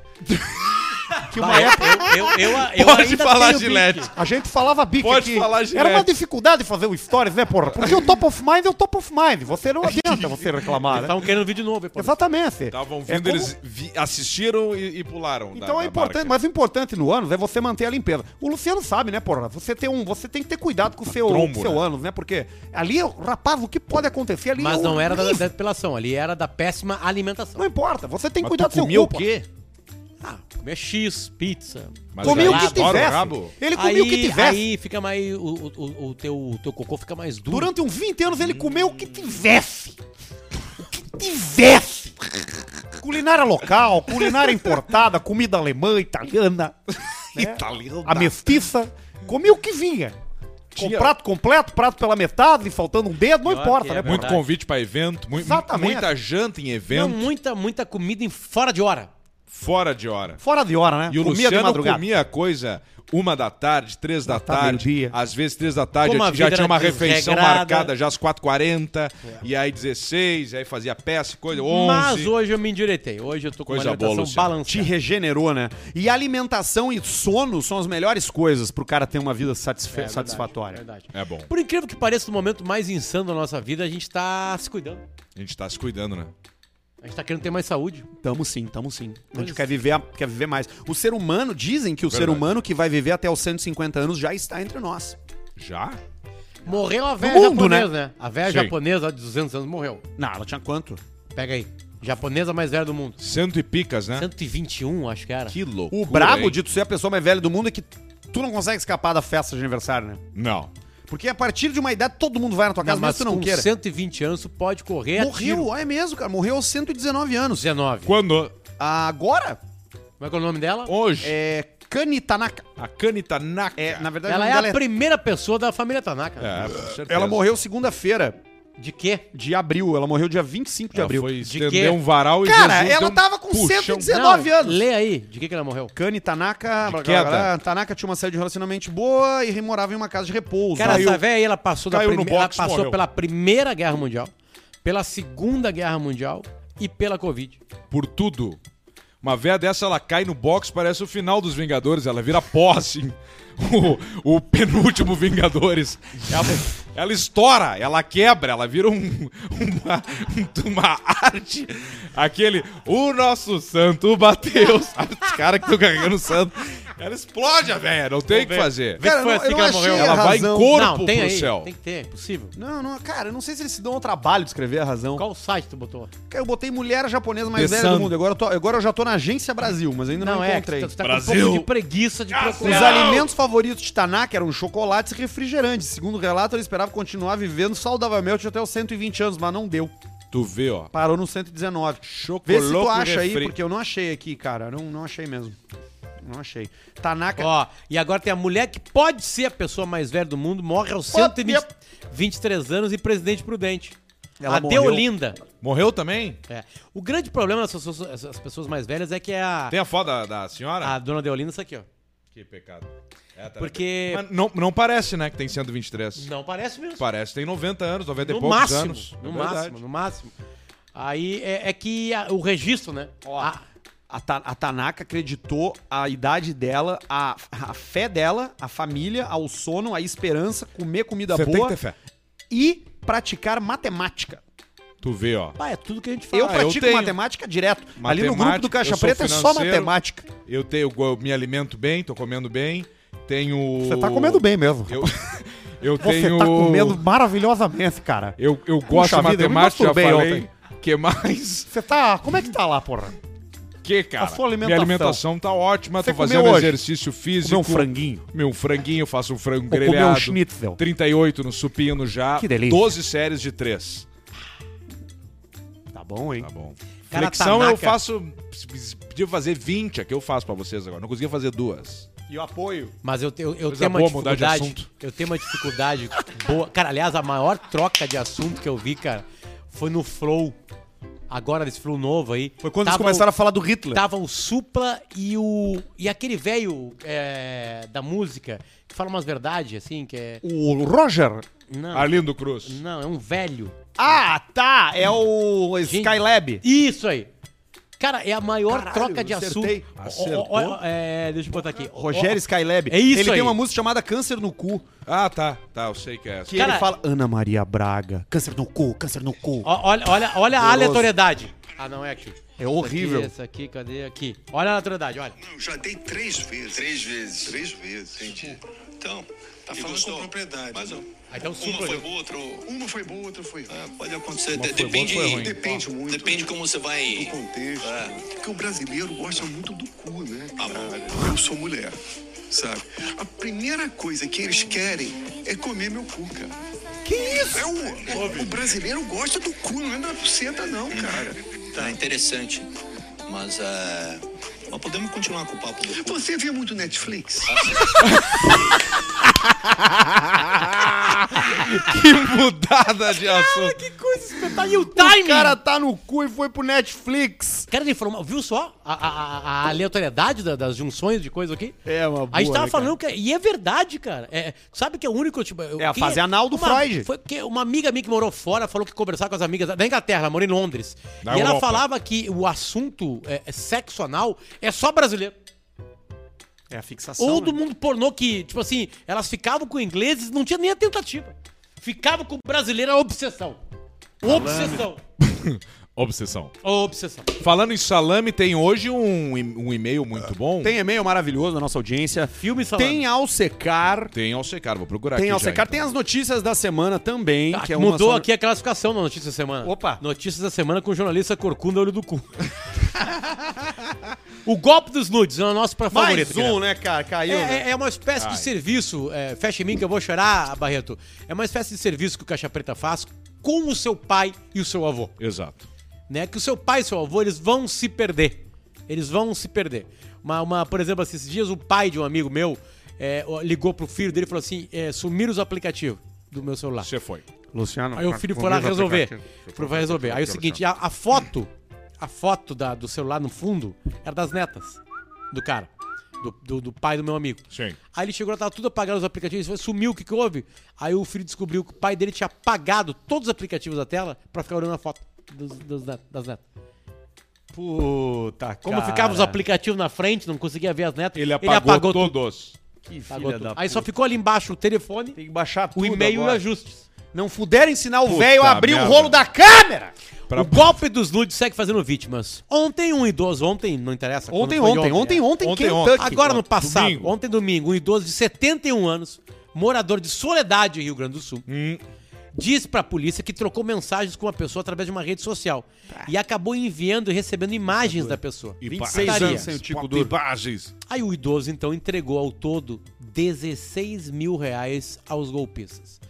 que uma bah, eu, época eu, eu, eu Pode ainda falar tenho gilete. bique. a gente falava bica Pode aqui. falar Era uma Gillette. dificuldade fazer o stories, né, porra? Porque o top of mind é o top of mind. Você não adianta você reclamar, né? Estavam querendo vídeo novo. hein, pô. Exatamente. Então, Estavam É vindo, como- eles vi- assistiram e, e pularam. da- Então é da importante, barca. mas o importante no ânus é você manter a limpeza. O Luciano sabe, né, porra? Você tem, um, você tem que ter cuidado com o seu, trombo, com o seu né? ânus, né? Porque ali, rapaz, o que pode acontecer ali Mas é não era da, horrível. da depilação, ali era da péssima alimentação. Não importa, você tem que Mas cuidar tu do seu comia o corpo. quê? Comia Ah, X, pizza. Mas Comia o aí que estoura tivesse. rabo. Ele comia o que tivesse. Aí fica mais. O, o, o- o teu, o teu cocô fica mais duro. Durante uns 20 anos ele comeu o que tivesse. O que tivesse. Culinária local, culinária importada, comida alemã, italiana, né? Né? Italiano. a mestiça. Comia o que vinha. Com Tinha- prato completo, prato pela metade, faltando um dedo, não Pior que importa, né? é Muito porra? Verdade. convite pra evento, mu- mu- Exatamente. muita janta em Não, evento, muita, muita comida em fora de hora. fora de hora. Fora de hora, né? E o comia de Luciano madrugada. comia coisa uma da tarde, três da Tá, tarde, meio-dia. às vezes três da tarde, Como já- a já vida tinha uma era refeição desregrada. marcada já às 4h40, É. e aí 16, aí fazia peça, e coisa, 11. Mas hoje eu me endireitei. Hoje eu tô com Coisa uma boa, alimentação Luciano. Te balanceada. regenerou, né? E alimentação e sono são as melhores coisas pro cara ter uma vida satisfe- É verdade, satisfatória. verdade. É bom, Por incrível que pareça, no momento mais insano da nossa vida, a gente tá se cuidando. a gente tá se cuidando, né? A gente tá querendo ter mais saúde. Tamo sim, tamo sim. A gente Pois. é. quer viver, a- quer viver mais. O ser humano, dizem que o ser Verdade. humano que vai viver até os 150 anos já está entre nós. Já? Morreu a velha mundo, japonesa, né? A velha Sim. japonesa de 200 anos morreu. Não, ela tinha quanto? Pega aí. Japonesa mais velha do mundo. Cento e picas, né? 121, acho que era. Que loucura, O brabo hein? de tu ser a pessoa mais velha do mundo é que tu não consegue escapar da festa de aniversário, né? Não. Porque a partir de uma idade todo mundo vai na tua casa, mas, tu não com queira. 120 anos, tu pode correr a tiro. Morreu, é mesmo, cara. Morreu aos 119 anos. 19. Quando? Agora Como é que é o nome dela? Hoje, é Kani Tanaka. a Canita Naka. É, na verdade, Ela o nome é dela a primeira pessoa da família Tanaka. É, com certeza. Ela morreu segunda-feira De quê? de abril. Ela morreu dia 25 de Ela abril. foi De estender quê? um varal e Cara, Jesus ela deu um tava com puxão. 119 19 anos. Lê aí, de que, que ela morreu? Kani Tanaka. De queda. blá, blá, Tanaka tinha uma série de relacionamento boa e morava em uma casa de repouso. Cara, Caiu. essa velha aí, ela passou, da Caiu no prime... ela box, passou morreu. pela Primeira Guerra Mundial, pela Segunda Guerra Mundial e pela Covid. Por tudo. Uma véia dessa, ela cai no box, parece o final dos Vingadores. Ela vira pó, assim. O, o penúltimo Vingadores. Ela, ela estoura, ela quebra, ela vira um, uma, um- uma arte. Aquele, o nosso santo bateu. Sabe, os caras que estão carregando o santo. Ela explode a véia, não tem o que fazer. Cara, Foi não- assim eu que não ela morreu. achei a Ela vai em razão. corpo Não, tem pro aí, céu. tem que ter, é possível. Não, não, cara, eu não sei se eles se dão o trabalho de escrever a razão. Qual site tu botou? Cara, eu botei mulher japonesa mais The velha do Sun. mundo. Agora eu, tô- agora eu já tô na agência Brasil, mas ainda não, é, encontrei. que tu tá com um Brasil. pouco de preguiça de Os procurar. alimentos favoritos de Tanaka eram chocolates e refrigerantes. Segundo o relato, ele esperava continuar vivendo saudavelmente até os 120 anos, mas não deu. Tu vê, ó. Parou no 119. Vê Chocolate se tu acha aí, refri. porque eu não achei aqui, cara. Não, não achei mesmo. Não achei. Tanaka. Ó, e agora tem a mulher que pode ser a pessoa mais velha do mundo, morre aos Pode. 123 anos e presidente prudente. Ela a morreu. Deolinda. Morreu também? É. O grande problema dessas pessoas- essas pessoas mais velhas é que é a, Tem a foto da, da senhora? a dona Deolinda, isso aqui, ó. Que pecado. É, tá Ah. Porque. Mas não, não parece, né, que tem 123. Não parece mesmo. Parece, tem 90 anos, 90 e no poucos máximo, anos. É No verdade. máximo, no máximo. Aí é, é que a- o registro, né? A- A, Ta- a Tanaka acreditou a idade dela, a, a fé dela, a família, ao sono, a esperança, comer comida Você tem boa que ter fé. e praticar matemática. Tu vê, ó. pá, é tudo que a gente fala. Eu eu pratico tenho. matemática direto. Ali no grupo Matemática, do eu Caixa sou Preta é só financeiro. matemática. Eu tenho, eu me alimento bem, tô comendo bem. Tenho. Você tá comendo bem mesmo. Eu, eu Você tenho. tá comendo maravilhosamente, cara. Eu, eu gosto de vida, eu me matemática, já masturbei falei. ontem. Que mais? Você tá. Como é que tá lá, porra? Que, cara? A Tá sua alimentação. Minha alimentação tá ótima, Você tô fazendo comeu hoje? exercício físico. Comeu um franguinho. Meu franguinho, faço um frango comeu um grelhado. schnitzel. 38 no supino já. Que delícia. 12 séries de 3. Tá bom, hein? Tá bom. Cara, Flexão eu Tanaka. faço. Se pedir fazer 20, a que eu faço pra vocês agora. Não consegui fazer duas. E o apoio. Mas eu, te- eu, eu Coisa tenho uma boa mudar de dificuldade. assunto. Eu tenho uma dificuldade boa. Cara, aliás, a maior troca de assunto que eu vi, cara, foi no Flow. Agora desse Flow novo aí. Foi quando Tava eles começaram o- a falar do Hitler. Tava o Supla e o. E aquele velho é, da música que fala umas verdades, assim, que é. O Roger. Não, Arlindo Cruz. não, é um velho. Ah, tá. É o Skylab. Isso aí. Cara, é a maior Caralho, troca de assunto. acertei. Ó, ó, ó, Acertou? é, deixa eu botar aqui. Ó, Rogério Skylab. É isso Ele aí. tem uma música chamada Câncer no Cu. Ah, tá. Tá, eu sei que é essa. Que Cara- ele fala Ana Maria Braga. Câncer no cu, câncer no cu. ó, olha, olha, olha a Horroroso. aleatoriedade. Ah, não, é aqui. É horrível. Aqui, essa aqui, cadê? Aqui. Olha a aleatoriedade, olha. Não, já dei três vezes. Três vezes. Três vezes. Entendi. Então, Tá e falando gostou? com propriedade. Mas ó, Aí tá o uma supla. Um foi ali. boa, outra. né? Um, uma foi boa, outra foi ruim. Ah, pode acontecer. De- foi boa, depende. foi ruim. Depende muito. né? Depende como você vai. do contexto. É. Porque o brasileiro gosta muito do cu, né? Ah, cara? Eu sou mulher, sabe? A primeira coisa que eles querem é comer meu cu, cara. Que isso? É o, o brasileiro gosta do cu, não é da buceta, não, cara. Tá interessante. Mas é. Mas podemos continuar com o papo do. Você vê muito Netflix? Que mudada de assunto. Que coisa espetacular. E o timing? Cara, tá no cu e foi pro Netflix. cara ele falou, viu só a, a- a- a aleatoriedade da- das junções de coisa aqui? É uma boa, A gente tava né, falando que. E é verdade, cara. É, sabe que é o único. Tipo, eu- É a quem fase anal do uma, Freud. Foi porque uma amiga minha que morou fora falou que conversava com as amigas da Inglaterra, ela mora em Londres. Da e ela Europa. falava que o assunto é, é sexo anal é só brasileiro. É a fixação. Ou né? do mundo pornô que, tipo assim, elas ficavam com ingleses, não tinha nem a tentativa. Ficava com o brasileiro, era obsessão. Obsessão. Obsessão. Obsessão. Falando em salame, tem hoje um, e- um e-mail muito bom. Tem e-mail maravilhoso da nossa audiência. Filme tá salame. Tem ao secar. Tem ao secar, vou procurar Tem aqui. ao já, secar. então. Tem as notícias da semana também. Ah, que é uma mudou sobre- aqui a classificação da Notícia da Semana. Opa. Notícias da Semana com o jornalista Corcunda Olho do Cu. o golpe dos nudes é o nosso pra favorito. Mais Guilherme. um, né, cara? Caiu. né? É, é- é uma espécie de serviço, é, fecha em mim que eu vou chorar, Barreto. É uma espécie de serviço que o Caixa Preta faz com o seu pai e o seu avô Exato. né? Que o seu pai e seu avô, eles vão se perder. Eles vão se perder. Uma, uma, por exemplo, assim, esses dias o pai de um amigo meu é, ó, ligou pro filho dele e falou assim: é, sumiram os aplicativos do meu celular. Você foi. Luciano. Aí o filho foi lá resolver. Foi lá resolver. Aí é o seguinte, a, a foto, a foto da, do celular no fundo era das netas do cara. Do, do, do pai do meu amigo. Sim. Aí ele chegou, lá, tava tudo apagado os aplicativos, falou, sumiu, o que, que houve? Aí o filho descobriu que o pai dele tinha apagado todos os aplicativos da tela pra ficar olhando a foto dos- dos net- das netas. Puta, Como cara. ficava os aplicativos na frente, não conseguia ver as netas. Ele apagou, tudo. todos. Que Apagou filha tudo. da Aí só puta. ficou ali embaixo o telefone, Tem que baixar tudo o e-mail e agora. o ajustes. Não puderam ensinar o Puta velho a abrir o merda. rolo da câmera. Pra- O golpe dos nudes segue fazendo vítimas. Ontem um idoso, ontem, não interessa. quando Ontem, foi ontem, ontem, é. ontem, Ontem, Kentucky. ontem. Agora no passado, Domingo. ontem domingo, um idoso de 71 anos, morador de Soledade, Rio Grande do Sul, Hum. diz pra polícia que trocou mensagens com uma pessoa através de uma rede social Tá. e acabou enviando e recebendo imagens da pessoa. E 26 pá- anos sem o Tico Bota Duro. imagens. Aí o idoso então entregou ao todo 16 mil reais aos golpistas.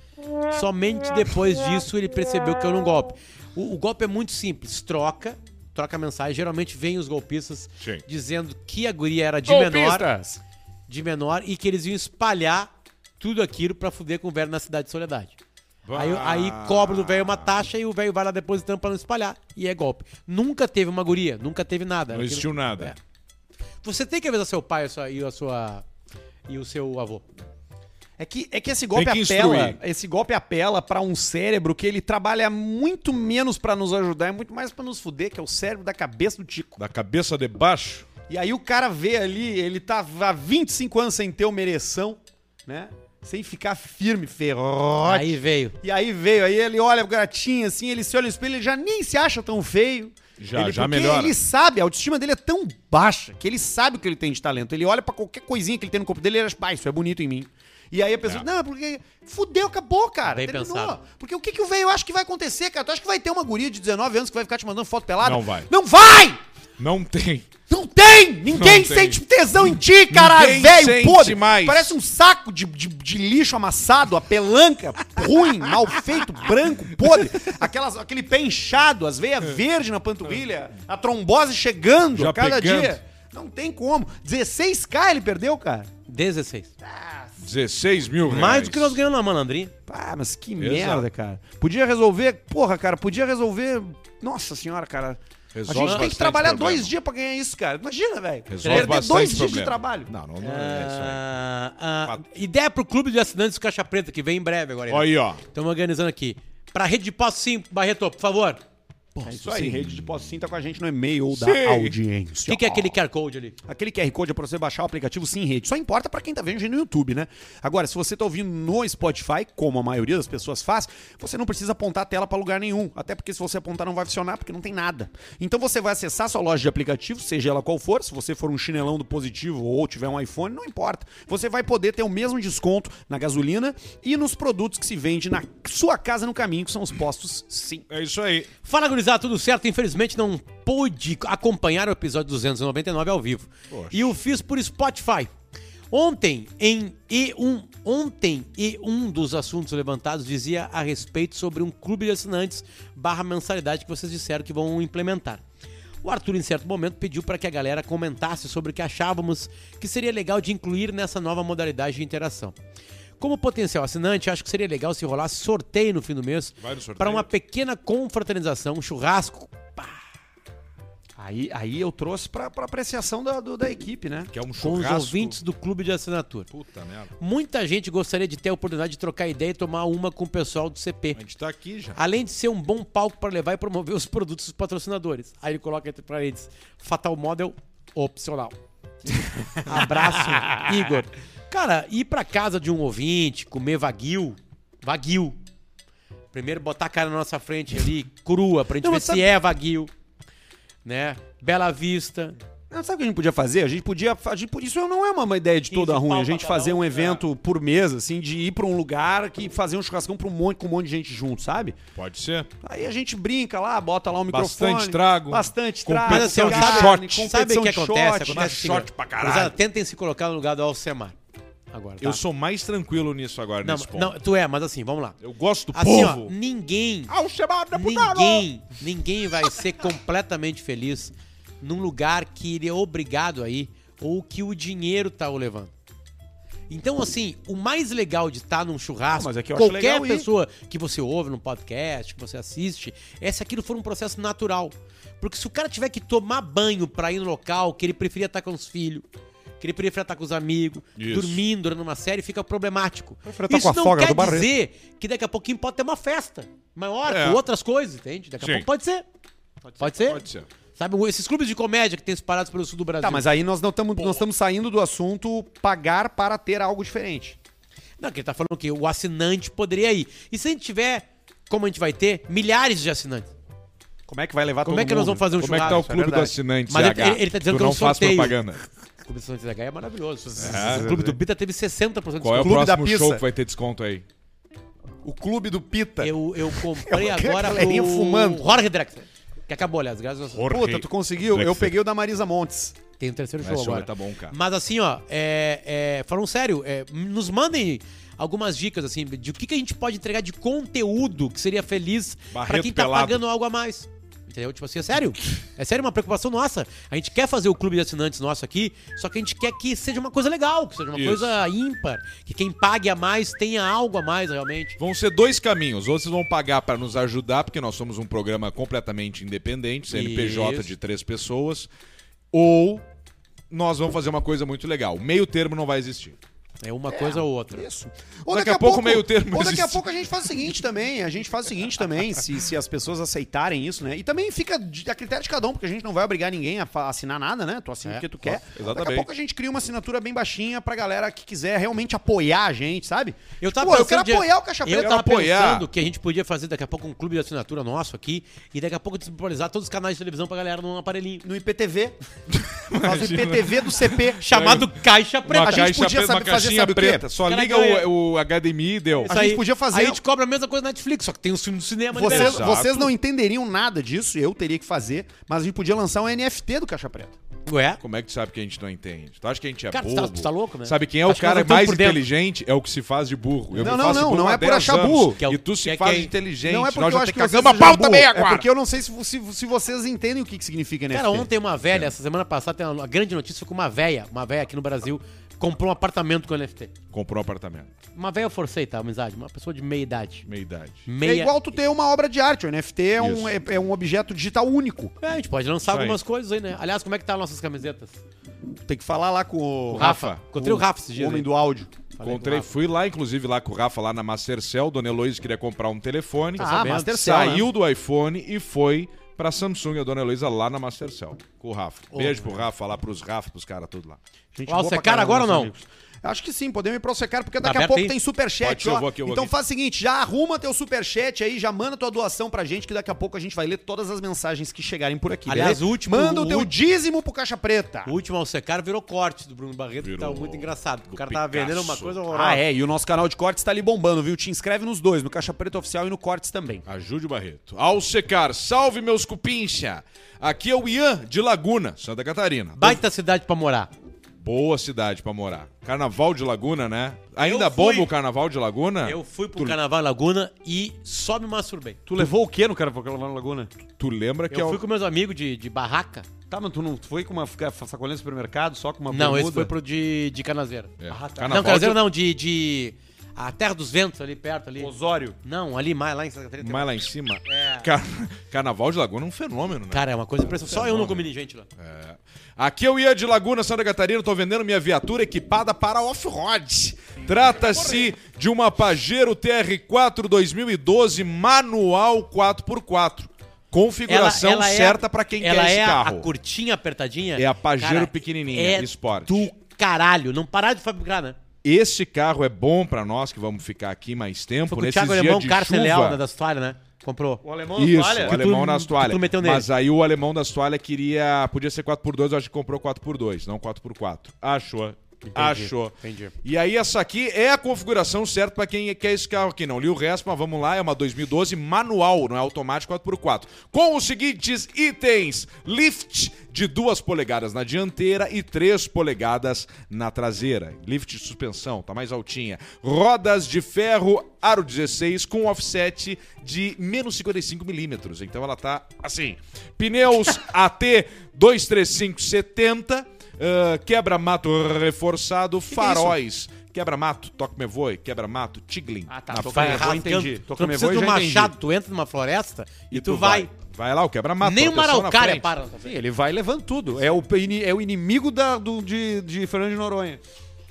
Somente depois disso ele percebeu que era um golpe. O, o golpe é muito é simples: troca troca mensagem. Geralmente vem os golpistas Sim. dizendo que a guria era de menor, Golpistas! de menor e que eles iam espalhar tudo aquilo pra fuder com o velho na cidade de Soledade. Aí, aí cobra do velho uma taxa e o velho vai lá depositando pra não espalhar. E é golpe. Nunca teve uma guria, nunca teve nada. Não Era existiu nada. é. Você tem que avisar seu pai e a sua- e a sua e o seu avô. É que, é que esse golpe Tem que apela, instruir. esse golpe apela para um cérebro que ele trabalha muito menos pra nos ajudar e muito mais pra nos fuder, que é o cérebro da cabeça do Tico. Da cabeça de baixo. E aí o cara vê ali, ele tá há 25 anos sem ter uma ereção, né? Sem ficar firme, ferro. Aí veio. E aí veio, aí ele olha o gatinho assim, ele se olha no espelho, ele já nem se acha tão feio. Já- ele, já porque melhora. Ele sabe, a autoestima dele é tão baixa que ele sabe o que ele tem de talento. Ele olha pra qualquer coisinha que ele tem no corpo dele e ele acha, "Bah, isso é bonito em mim. E aí a pessoa, É. não, porque fudeu, acabou, cara. Bem terminou. pensado. Porque o que, que o velho acha que vai acontecer, cara? Tu acha que vai ter uma guria de 19 anos que vai ficar te mandando foto pelada? Não vai. Não vai! Não tem. Não tem! Ninguém Não tem. sente tesão em ti, caralho, Ninguém velho, sente podre! mais. Parece um saco de, de, de lixo amassado, a pelanca, ruim, mal feito, branco, podre. Aquelas, aquele pé inchado, as veias verdes na panturrilha, a trombose chegando É. Já a cada pegando. dia. Não tem como. 16k ele perdeu, cara. 16. 16 mil reais. Mais do que nós ganhamos na malandrinha. Pá, mas que Exato. merda, cara. Podia resolver, porra, cara, podia resolver. Nossa senhora, cara. Resolve a gente tem que bastante trabalhar problema. dois dias pra ganhar isso, cara. Imagina, velho. Resolve Perder dois bastante dias de problema. trabalho. Não, não, não é isso aí. Ah, ah, ideia pro clube de assinantes do Caixa Preta, que vem em breve agora. Olha aí, ó. Estamos organizando aqui. Pra rede de posse, sim, Barreto, por favor. É isso aí, rede de posse sim tá com a gente no e-mail da Sim. O audiência. que, que é aquele QR Code ali? Aquele QR Code é pra você baixar o aplicativo Sim Rede. Só importa pra quem tá vendo no YouTube, né? Agora, se você tá ouvindo no Spotify, como a maioria das pessoas faz, você não precisa apontar a tela pra lugar nenhum. Até porque se você apontar não vai funcionar, porque não tem nada. Então você vai acessar sua loja de aplicativos, seja ela qual for. Se você for um chinelão do positivo ou tiver um iPhone, não importa. Você vai poder ter o mesmo desconto na gasolina e nos produtos que se vende na sua casa no caminho, que são os postos Sim. É isso aí. Fala, gurizada, tudo certo? Infelizmente não pude acompanhar o episódio 299 ao vivo. E eu fiz por Spotify. Ontem, em E1, ontem, e um dos assuntos levantados dizia a respeito sobre um clube de assinantes barra mensalidade que vocês disseram que vão implementar. O Arthur, em certo momento, pediu para que a galera comentasse sobre o que achávamos que seria legal de incluir nessa nova modalidade de interação. Como potencial assinante, acho que seria legal se rolasse sorteio no fim do mês Vai no sorteio. para uma pequena confraternização, um churrasco. Aí, aí eu trouxe pra, pra apreciação da, do- da equipe, né? Que é um Com os churrasco. ouvintes do clube de assinatura. Puta merda. Muita gente gostaria de ter a oportunidade de trocar ideia e tomar uma com o pessoal do CP. A gente tá aqui já. Além de ser um bom palco para levar e promover os produtos dos patrocinadores. Aí ele coloca entre parênteses: Fatal Model opcional. Abraço, Igor. Cara, ir pra casa de um ouvinte, comer vaguio. Vaguio. Primeiro botar a cara na nossa frente ali, crua, pra gente Não, ver mas se sabe- é vaguio. Né? Bela Vista. Não, sabe o que a gente podia fazer? A gente podia. A gente, podia- isso não é uma ideia de toda 15 ruim. pau A gente pra cada fazer um um, evento por mês, assim, de ir pra um lugar que fazer um churrascão pra um monte, com um monte de gente junto, sabe? Pode ser. Aí a gente brinca lá, bota lá um microfone. Bastante trago. Bastante trago. Mas assim, ó, carne, sabe- competição Sabe o que de acontece? shot. acontece mas é short pra caralho. Gurizada, Tentem se colocar no lugar do Alcemar. Agora, tá? Eu sou mais tranquilo nisso agora, não, nesse ponto. não, tu é, mas assim, vamos lá. Eu gosto do Assim, ó, povo. ninguém, Ao chamar deputado. ninguém, ninguém vai ser completamente feliz num lugar que ele é obrigado aí ou que o dinheiro tá o levando. Então, assim, o mais legal de estar num churrasco, Não, mas é que eu acho qualquer legal ir. pessoa que você ouve num podcast, que você assiste, é se aquilo for um processo natural. Porque se o cara tiver que tomar banho pra ir no local, que ele preferia estar com os filhos, que ele preferia estar com os amigos, Isso. dormindo durante uma série, fica problemático. Preferia estar tá Isso com a não sogra quer do Barreto. dizer que daqui a pouquinho pode ter uma festa maior, É. com outras coisas, entende? Daqui a Sim. pouco pode ser. Pode ser. Pode ser. Sabe, esses clubes de comédia que tem separados pelo sul do Brasil. Tá, mas aí nós não estamos nós estamos saindo do assunto pagar para ter algo diferente. Não, que ele tá falando que o assinante poderia ir. E se a gente tiver, como a gente vai ter, milhares de assinantes? Como é que vai levar Como todo é que nós mundo, vamos fazer um Como é que churrasco? tá o Isso é clube do verdade. assinante Mas CH? ele, ele, ele tá dizendo tu que não é um faz sorteio. propaganda. O clube do assinante ZH é maravilhoso. É. o clube do Bita teve 60% de Qual é o desconto. Clube da próximo Pizza. show que vai ter desconto aí? um O clube do Pita. Eu, eu comprei Eu quero a agora galerinha pro fumando. Jorge Drexler. Que acabou, aliás, graças a Deus. Puta, tu conseguiu. Eu Drexler. peguei o da Marisa Montes. Tem o terceiro Mas show esse agora. vai tá bom, cara. Mas assim, ó, é, é, falando sério, é, nos mandem algumas dicas, assim, de o que, que a gente pode entregar de conteúdo que seria feliz pra Barreto quem tá pelado. pagando algo a mais. Entendeu? Tipo assim, é sério. É sério uma preocupação nossa. A gente quer fazer o clube de assinantes nosso aqui, só que a gente quer que seja uma coisa legal, que seja uma Isso. coisa ímpar, que quem pague a mais tenha algo a mais realmente. Vão ser dois caminhos. Ou vocês vão pagar para nos ajudar, porque nós somos um programa completamente independente, CNPJ Isso. de três pessoas. Ou nós vamos fazer uma coisa muito legal. Meio termo não vai existir. É uma coisa ou outra. Isso. Ou Daqui a pouco, meio termo Ou daqui a existe. pouco a gente faz o seguinte também. A gente faz o seguinte também, se, se as pessoas aceitarem isso, né? E também fica de- a critério de cada um, porque a gente não vai obrigar ninguém a fa- assinar nada, né? Tu assina É, o que tu quer. exatamente. Daqui a pouco a gente cria uma assinatura bem baixinha pra galera que quiser realmente apoiar a gente, sabe? Eu Tipo, tava "Pô, eu pensando quero de- apoiar o Caixa Eu Preta. tava apoiar. pensando que a gente podia fazer daqui a pouco um clube de assinatura nosso aqui e daqui a pouco disponibilizar todos os canais de televisão pra galera num aparelhinho. No IPTV. Faz o IPTV do CP. Chamado Caixa Preta. a gente podia, preta, sabe, uma fazer, caixinha sabe o quê? preta. Só Cara, liga ganha. o, o HDMI e deu. Isso a gente podia fazer- Aí a gente cobra a mesma coisa na Netflix, só que tem os filmes do cinema Vocês, liberados. É, Exato. vocês não entenderiam nada disso, eu teria que fazer, mas a gente podia lançar um NFT do Caixa Preta. Ué? Como é que tu sabe que a gente não entende? Tu acha que a gente é Cara, tu burro? tá- tu tá louco, né? Sabe quem é o Acho que nós cara estamos mais por dentro. inteligente? É o que se faz de burro. Eu Não, me não, faço não, burro não há é por 10 achar anos. burro. Que é o- E tu se que é faz quem- inteligente. não é porque Nós eu já acho te que vocês cagamos a sejam pauta burro, meia É agora. porque eu não sei se, se, se vocês entendem o que, que significa NFT. Cara, assim? ontem uma É. velha, essa semana passada, tem uma grande notícia foi que uma velha, uma velha aqui no Brasil, comprou um apartamento com NFT. Comprou um apartamento. Uma velha eu forcei, tá? Amizade. Uma pessoa de meia idade. Meia idade. Meia... É igual tu ter uma obra de arte, o NFT é um, é, Isso. é um objeto digital único. É, a gente pode lançar Isso aí. algumas coisas aí, né? Aliás, como é que tá nossas camisetas? Tem que falar lá com o, O Rafa. Encontrei o Rafa esses o dias. homem aí. do áudio. Falei com o Encontrei, Rafa. fui lá, inclusive, lá com o Rafa, lá na Mastercell. Dona Heloísa queria comprar um telefone. Ah, Sabendo. Mastercell, Saiu do iPhone e foi pra Samsung, a Dona Heloísa, lá na Mastercell, com o Rafa. Beijo pro Rafa, lá pros Rafa, pros caras, tudo lá. Gente Ó, boa pra secar caramba, é agora ou nossos não? Tá amigos. Acho que sim, podemos ir pro secar, porque daqui a aberto pouco aí? tem Pode superchat, ser, eu ó. vou aqui, eu vou Então aqui. faz o seguinte, já arruma teu superchat aí, já manda tua doação pra gente, que daqui a pouco a gente vai ler todas as mensagens que chegarem por aqui, Aliás, beleza? o último- Manda o o teu último- dízimo pro Caixa Preta. O último ao secar virou corte do Bruno Barreto, que Virou tava muito engraçado. porque do O cara tava vendendo uma Picasso. coisa horrorosa. Ah, é, e o nosso canal de cortes tá ali bombando, viu? Te inscreve nos dois, no Caixa Preta Oficial e no Cortes também. Ajude o Barreto. Ao secar, salve meus cupincha. Aqui é o Ian, de Laguna, Santa Catarina. Baita cidade pra morar. Boa cidade pra morar. Carnaval de Laguna, né? Ainda Eu fui. bomba o Carnaval de Laguna? Eu fui pro Carnaval em Laguna e só me masturbei. Tu levou o quê no Carnaval na Laguna? Tu lembra que é Eu o... fui com meus amigos de, de barraca. Tá, mas tu não foi com uma fica- sacolinha de supermercado, só com uma não, esse bermuda? foi pro de, de Canazeira. É. Ah, tá. Carnaval Não, Canazeira de- não, de, de... A Terra dos Ventos, ali perto, ali. Osório. Não, ali mais, lá em Santa Catarina. tem- Mais lá em cima? É. Car- Carnaval de Laguna é um fenômeno, né? Cara, é uma coisa impressionante. Só eu não comi gente lá. É. Aqui eu ia de Laguna, Santa Catarina, tô vendendo minha viatura equipada para off-road. Trata-se de uma Pajero TR4 2012 manual 4x4. Configuração certa pra quem ela quer esse é a- carro. a curtinha, apertadinha. é É a Pajero pequenininha, Sport. do caralho. Não parar de fabricar, né? Esse carro é bom pra nós que vamos ficar aqui mais tempo Foi com o nesses Thiago dias Alemão, de Carson chuva. Leal, né, das toalhas, né? Comprou. O alemão Isso, falha. o alemão tu- nas que toalhas. tu meteu nele. Mas aí o alemão das toalhas queria. Podia ser 4x2, eu acho que comprou 4x2, não 4x4. Achou. Achou. entendi. E aí essa aqui é a configuração certa pra quem quer esse carro aqui. Não li o resto, mas vamos lá. É uma 2012 manual, não é automático 4x4. Com os seguintes itens. Lift de 2 polegadas na dianteira e 3 polegadas na traseira. Lift de suspensão, tá mais altinha. Rodas de ferro aro 16 com offset de menos 55 milímetros. Então ela tá assim. Pneus AT 23570. Ah, quebra-mato reforçado, é faróis. quebra-mato, toque me voe, quebra-mato, tiglin. Ah, tá, Na tô frente. com- Vai entendi. entendi. Tô Tu com não meu precisa voo, de um já entendi. machado, tu entra numa floresta e, tu, vai. Então Vai Ah, lá, o quebra-mato. Nem proteção uma na araucária frente. para. na tua Sim, frente. ele vai levando tudo. É o, ini- é o inimigo da, do, de, de Fernando de Noronha.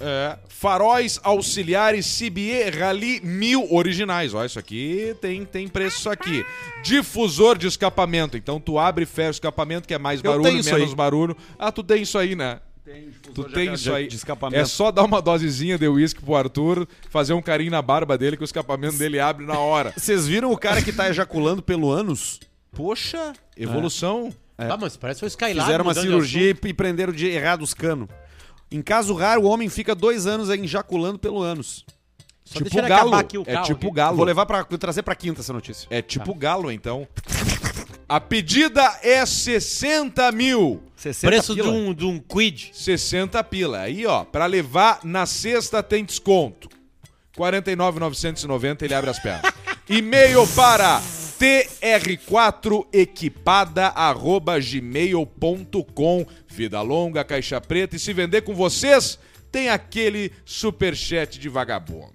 É, faróis auxiliares CBE Rally 1000 originais. Ó, isso aqui tem, tem preço isso aqui. Difusor de escapamento. Então tu abre e fecha o escapamento, que é mais Eu barulho, tenho isso menos aí. barulho. Ah, tu tem isso aí, né? Tu de- tem de- isso aí. de escapamento. É só dar uma dosezinha de uísque pro Arthur, fazer um carinho na barba dele, que o escapamento dele abre na hora. Vocês viram o cara que tá ejaculando pelo ânus? Poxa, evolução. Ah, mas parece o Skylar. Fizeram uma cirurgia e e prenderam de errado os canos. Em caso raro, o homem fica dois anos aí ejaculando pelo ânus. Tipo galo. é tipo galo. Vou levar para trazer pra quinta essa notícia. É tipo galo, então. A pedida é 60 mil. 60 Preço de pila. um, de um quid. 60 pila. Aí, ó, pra levar na sexta tem desconto. 49,990 ele abre as pernas. E-mail para tr4equipada.gmail.com. Vida longa, caixa preta. E se vender com vocês, tem aquele superchat de vagabundo.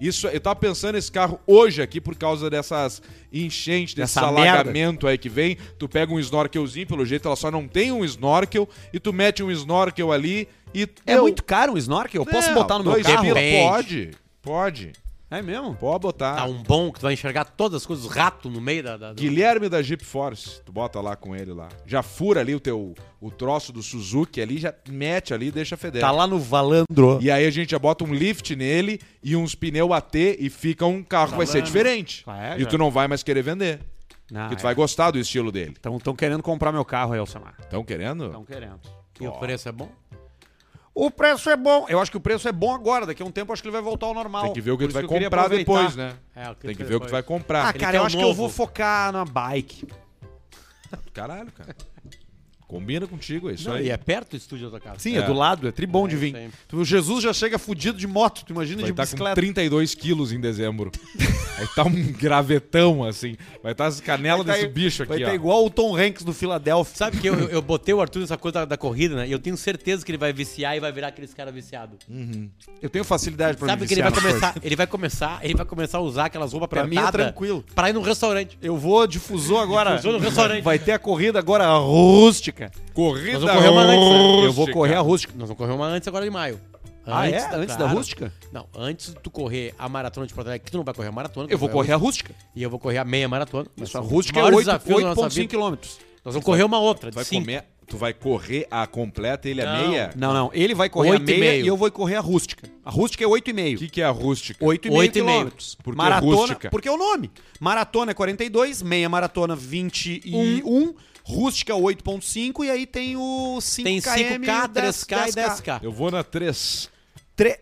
Isso, eu tava pensando nesse carro hoje aqui por causa dessas enchentes, desse Dessa alagamento aí que vem. Tu pega um snorkelzinho, pelo jeito ela só não tem um snorkel, e tu mete um snorkel ali e. É muito caro um snorkel? Eu posso botar no meu dois carro? pila, Depende. Pode, pode. É mesmo? Pode botar. Tá um bom que tu vai enxergar todas as coisas, os rato no meio da. da- do- Guilherme da Jeep Force, tu bota lá com ele lá. Já fura ali o teu o troço do Suzuki ali, já mete ali e deixa federal. Tá lá no Valandro. E aí a gente já bota um lift nele e uns pneu AT e fica um carro que vai ser diferente. Ah, é, e tu já. não vai mais querer vender. Não, porque tu vai gostar do estilo dele. Estão querendo comprar meu carro aí, Alcemar. Estão querendo? Estão querendo. E o preço é bom? O preço é bom. Eu acho que o preço é bom agora. Daqui a um tempo eu acho que ele vai voltar ao normal. Tem que ver o que Por tu isso vai eu queria comprar aproveitar. depois, né? É, o que Tem que tu- ver o que tu vai Ah, comprar. cara, quer eu um acho que eu novo. vou focar na bike. Caralho, cara. Combina contigo, é isso Não, aí. e é perto do estúdio da tua casa. Sim, É. é, do lado, é tá tribom de vir. sempre. Tu- O Jesus já chega fudido de moto, tu imagina Vai de estar com bicicleta. 32 quilos em dezembro. Vai estar um gravetão, assim. Vai estar as canelas Vai tá- desse bicho Vai aqui, estar ó. igual o Tom Hanks do Philadelphia. Sabe que eu, eu- eu botei o Arthur nessa coisa da, da corrida, né? E eu tenho certeza que ele vai viciar e vai virar aqueles caras viciados. Eu tenho facilidade pra Sabe me que ele vai viciar nas começar, ele vai começar, ele vai começar a usar aquelas roupas Pra mim é apertadas tranquilo. Pra ir no restaurante. Eu vou difusor agora. Difusor no restaurante. Vai ter a corrida agora rústica. Corrida Nós vamos correr uma antes, né? rústica. Eu vou correr a rústica. Nós vamos correr uma antes agora de maio. Ah, é? Antes da claro. rústica? Não, antes de tu correr a maratona de Porto Alegre, que tu não vai correr a maratona. é Eu vou correr a É rústica. E eu vou correr a meia maratona. Isso, a Mas rústica é maiores 8 desafios da nossa 8,5 vida. quilômetros. Nós vamos correr uma outra. Tu vai cinco. comer. Tu vai correr a completa ele a Não. meia? Não, não. Ele vai correr Oito a e meia meio. e eu vou correr a rústica. A rústica é 8,5. O que, que é a rústica? 8,5 Oito e meio. quilômetros. Por que maratona, rústica? porque é o nome. Maratona é 42, meia maratona 21, rústica 8.5 e aí tem o 5 Tem 5K, 3K 10K. e 10K. Eu vou na 3, Tre-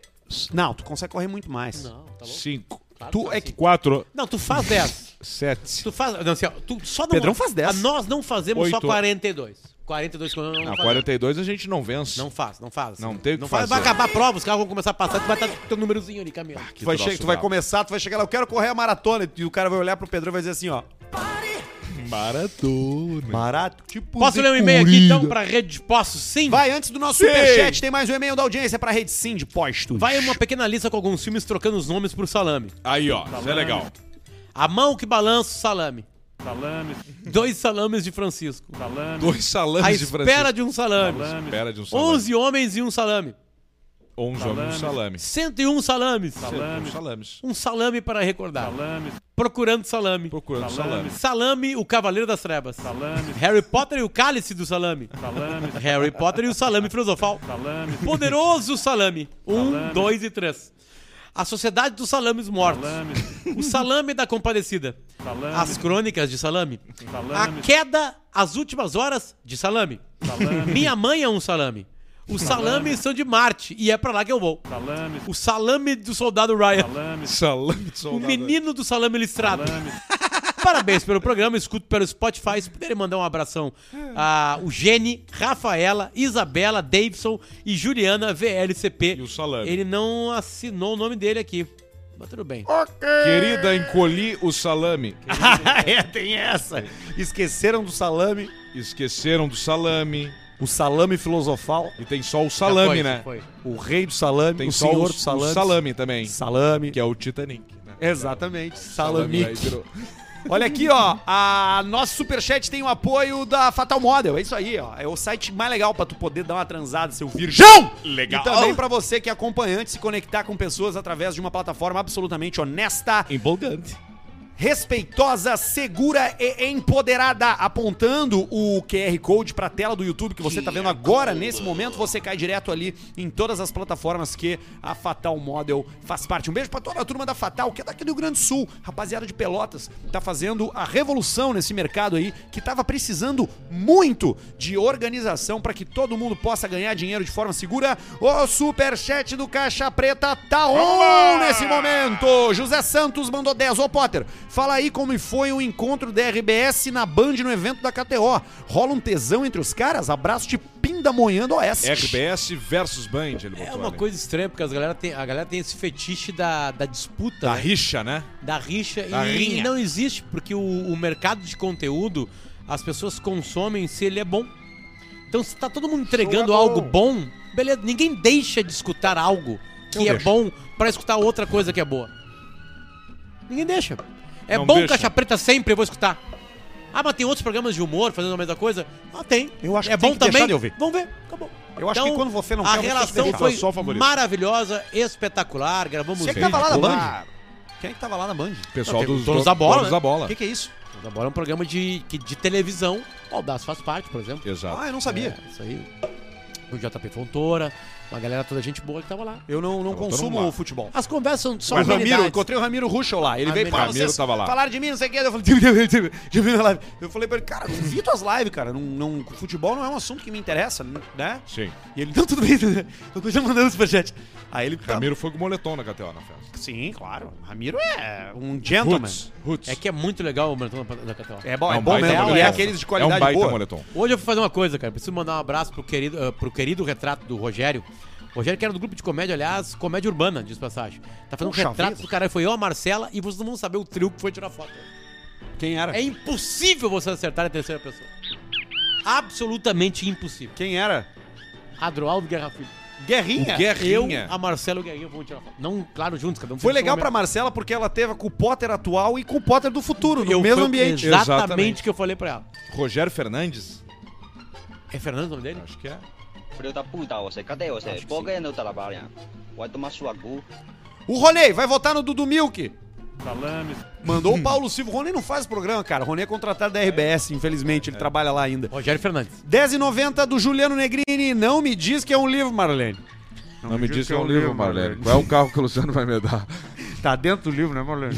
Não, tu consegue correr muito mais. Não, tá louco. 5, Claro Tu que é sim. que 4, Não, tu faz 10. 7. tu faz. Não, assim, ó, tu só não, Pedrão faz 10. Ah, Nós não fazemos só Oito. 42. 42 quilômetros. Na Não, fazemos. 42 a gente não vence. não faz, não faz. Não tem o que não faz. fazer. Vai acabar a prova, os carros vão começar a passar, tu vai estar com teu númerozinho ali caminhando. Ah, Tu vai, che- tu vai começar, tu vai chegar lá, eu quero correr a maratona. E o cara vai olhar pro Pedrão e vai dizer assim, ó. Maratona. Barato, tipo. Posso de ler um e-mail aqui corrida. então pra rede de postos? Sim. Vai, antes do nosso Sim. superchat, tem mais um e-mail da audiência pra rede Sim de Postos. Vai uma pequena lista com alguns filmes trocando os nomes por salame. Aí, ó. Isso é legal. A mão que balança o salame. Salame. Dois salames de Francisco. Dois A salames de espera Francisco. de um salame. Espera de um salame. 11 homens e um salame. 11 homens de salame. 101 salames. Salames. salames. Um salame para recordar. Procurando salame. Procurando salame. Salame, o Cavaleiro das Trevas. Harry Potter e o Cálice do Salame. Harry Potter e o Salame Filosofal. Poderoso Salame. Um, dois e três. A Sociedade dos Salames Mortos. O Salame da Compadecida. As Crônicas de Salame. A Queda, As Últimas Horas de Salame. Minha Mãe é um Salame. Os salames são de Marte e é pra lá que eu vou. O salame do soldado Ryan. Salame Um de O soldado. menino do salame listrado. Parabéns pelo programa, escuto pelo Spotify. Se puderem mandar um abração a o Gene, Rafaela, Isabela, Davidson e Juliana VLCP. E o salame. Ele não assinou o nome dele aqui. Mas tudo bem. Querida, encolhi o salame. é, tem essa. Esqueceram do salame, Esqueceram do salame. o salame filosofal, E tem só o Já salame, foi, né? já foi. o rei do salame, Tem o só senhor o, do salame. o salame também. Salame. Que é o Titanic. né? Exatamente, aí salamique. virou- Olha aqui, ó. A nosso superchat tem o apoio da Fatal Model. É isso aí, ó. É o site mais legal pra tu poder dar uma transada, seu virgão! Legal. E também pra você que é acompanhante se conectar com pessoas através de uma plataforma absolutamente honesta, Empolgante. respeitosa, segura e empoderada. Apontando o QR Code pra tela do YouTube que você tá vendo agora, nesse momento, você cai direto ali em todas as plataformas que a Fatal Model faz parte. Um beijo pra toda a turma da Fatal, que é daqui do Rio Grande do Sul, rapaziada de Pelotas, tá fazendo a revolução nesse mercado aí, que tava precisando muito de organização pra que todo mundo possa ganhar dinheiro de forma segura. O superchat do Caixa Preta tá on nesse momento. Santos. José Santos mandou 10. Ô, Potter, fala aí como foi o encontro da RBS na Band no evento da KTO. Rola um tesão entre os caras? Abraço de Pindamonhando Oeste. RBS versus Band, ele botou É uma ali. coisa estranha, porque as galera tem, a galera tem esse fetiche da, da disputa, Da né? rixa, né? da rixa Da e rinha. não existe, porque o, o mercado de conteúdo, as pessoas consomem se ele é bom. Então se tá todo mundo entregando Show é bom. algo bom, beleza, ninguém deixa de escutar algo que Não é deixa. bom pra escutar outra coisa que é boa. Ninguém deixa. É Não bom deixa. Caixa Preta sempre, eu vou escutar. Ah, mas tem outros programas de humor fazendo a mesma coisa? Ah, tem. Eu acho que é bom tem que também. deixar de ouvir. Vamos ver, acabou. Então, Eu acho que quando você não a quer, você tem que relação deixar. foi Sua favorita. maravilhosa, espetacular, gravamos Quem é que vídeo. tava lá na Band? Quem é que tava lá na Band? Pessoal Não, dos donos do- da bola, Donos né? da bola. O que, que é isso? Agora é um programa de, que- de televisão. O Audaz faz parte, por exemplo. Exato. Ah, eu não sabia. É, isso aí. O JP Fontoura, uma galera toda gente boa que tava lá. Eu não, não consumo todo mundo lá. futebol. As conversas são só Mas o Ramiro, eu amenidades. encontrei o Ramiro Ruschel lá. Ele veio Ramiro. para Ramiro vocês tava lá. falaram de mim, não sei o que. Eu falei, "Tive, tive, tive, já vi na live. Eu falei pra ele, cara, não vi tuas lives, cara. Não, não, futebol não é um assunto que me interessa, né? Sim. E ele, não, tudo bem, tudo bem. Eu tô já mandando superchat. Aí ele, tá, Ramiro foi com o moletom na KTO na festa. Sim, claro. Ramiro é um gentleman. Roots. Roots. É que é muito legal o Maratona da KTO. É bom, É é, um bom baita mesmo. moletom. E é aqueles de qualidade É um baita boa. moletom. Hoje eu vou fazer uma coisa, cara. Preciso mandar um abraço pro querido, eh, pro querido retrato do Rogério. O Rogério, que era do grupo de comédia, aliás, comédia urbana, diz passagem. Tá fazendo Puxa um retrato vida. do cara. Foi eu, a Marcela, e vocês não vão saber o trio que foi tirar foto. Quem era? É impossível você acertar a terceira pessoa. Absolutamente impossível. Quem era? Adroaldo Guerra Filho. Guerrinha. O Guerrinha. Eu, a Marcelo e o Guerrinha vão tirar foto. Não, claro, juntos, cada um Foi fez o legal seu pra momento. Marcela porque ela teve com o Potter atual e com o Potter do futuro, no Eu- mesmo foi ambiente. Exatamente, Exatamente. que eu falei pra ela. Rogério Fernandes? É Fernando o nome dele? Acho que é. Filho da puta, você, cadê você? Por que não trabalha? Vai tomar sua cu. O Ronei, vai votar no Dudu Milk. Mandou o Paulo Silva. O Ronei não faz programa, cara. O Ronei é contratado da RBS, infelizmente. Ele trabalha lá ainda. Rogério Fernandes. 10,90 do Juliano Negrini. Não me diz que é um livro, Marlene. Não, me diz que é um livro, Marlene. Qual é o carro que o Luciano vai me dar? Tá dentro do livro, né, Marlene?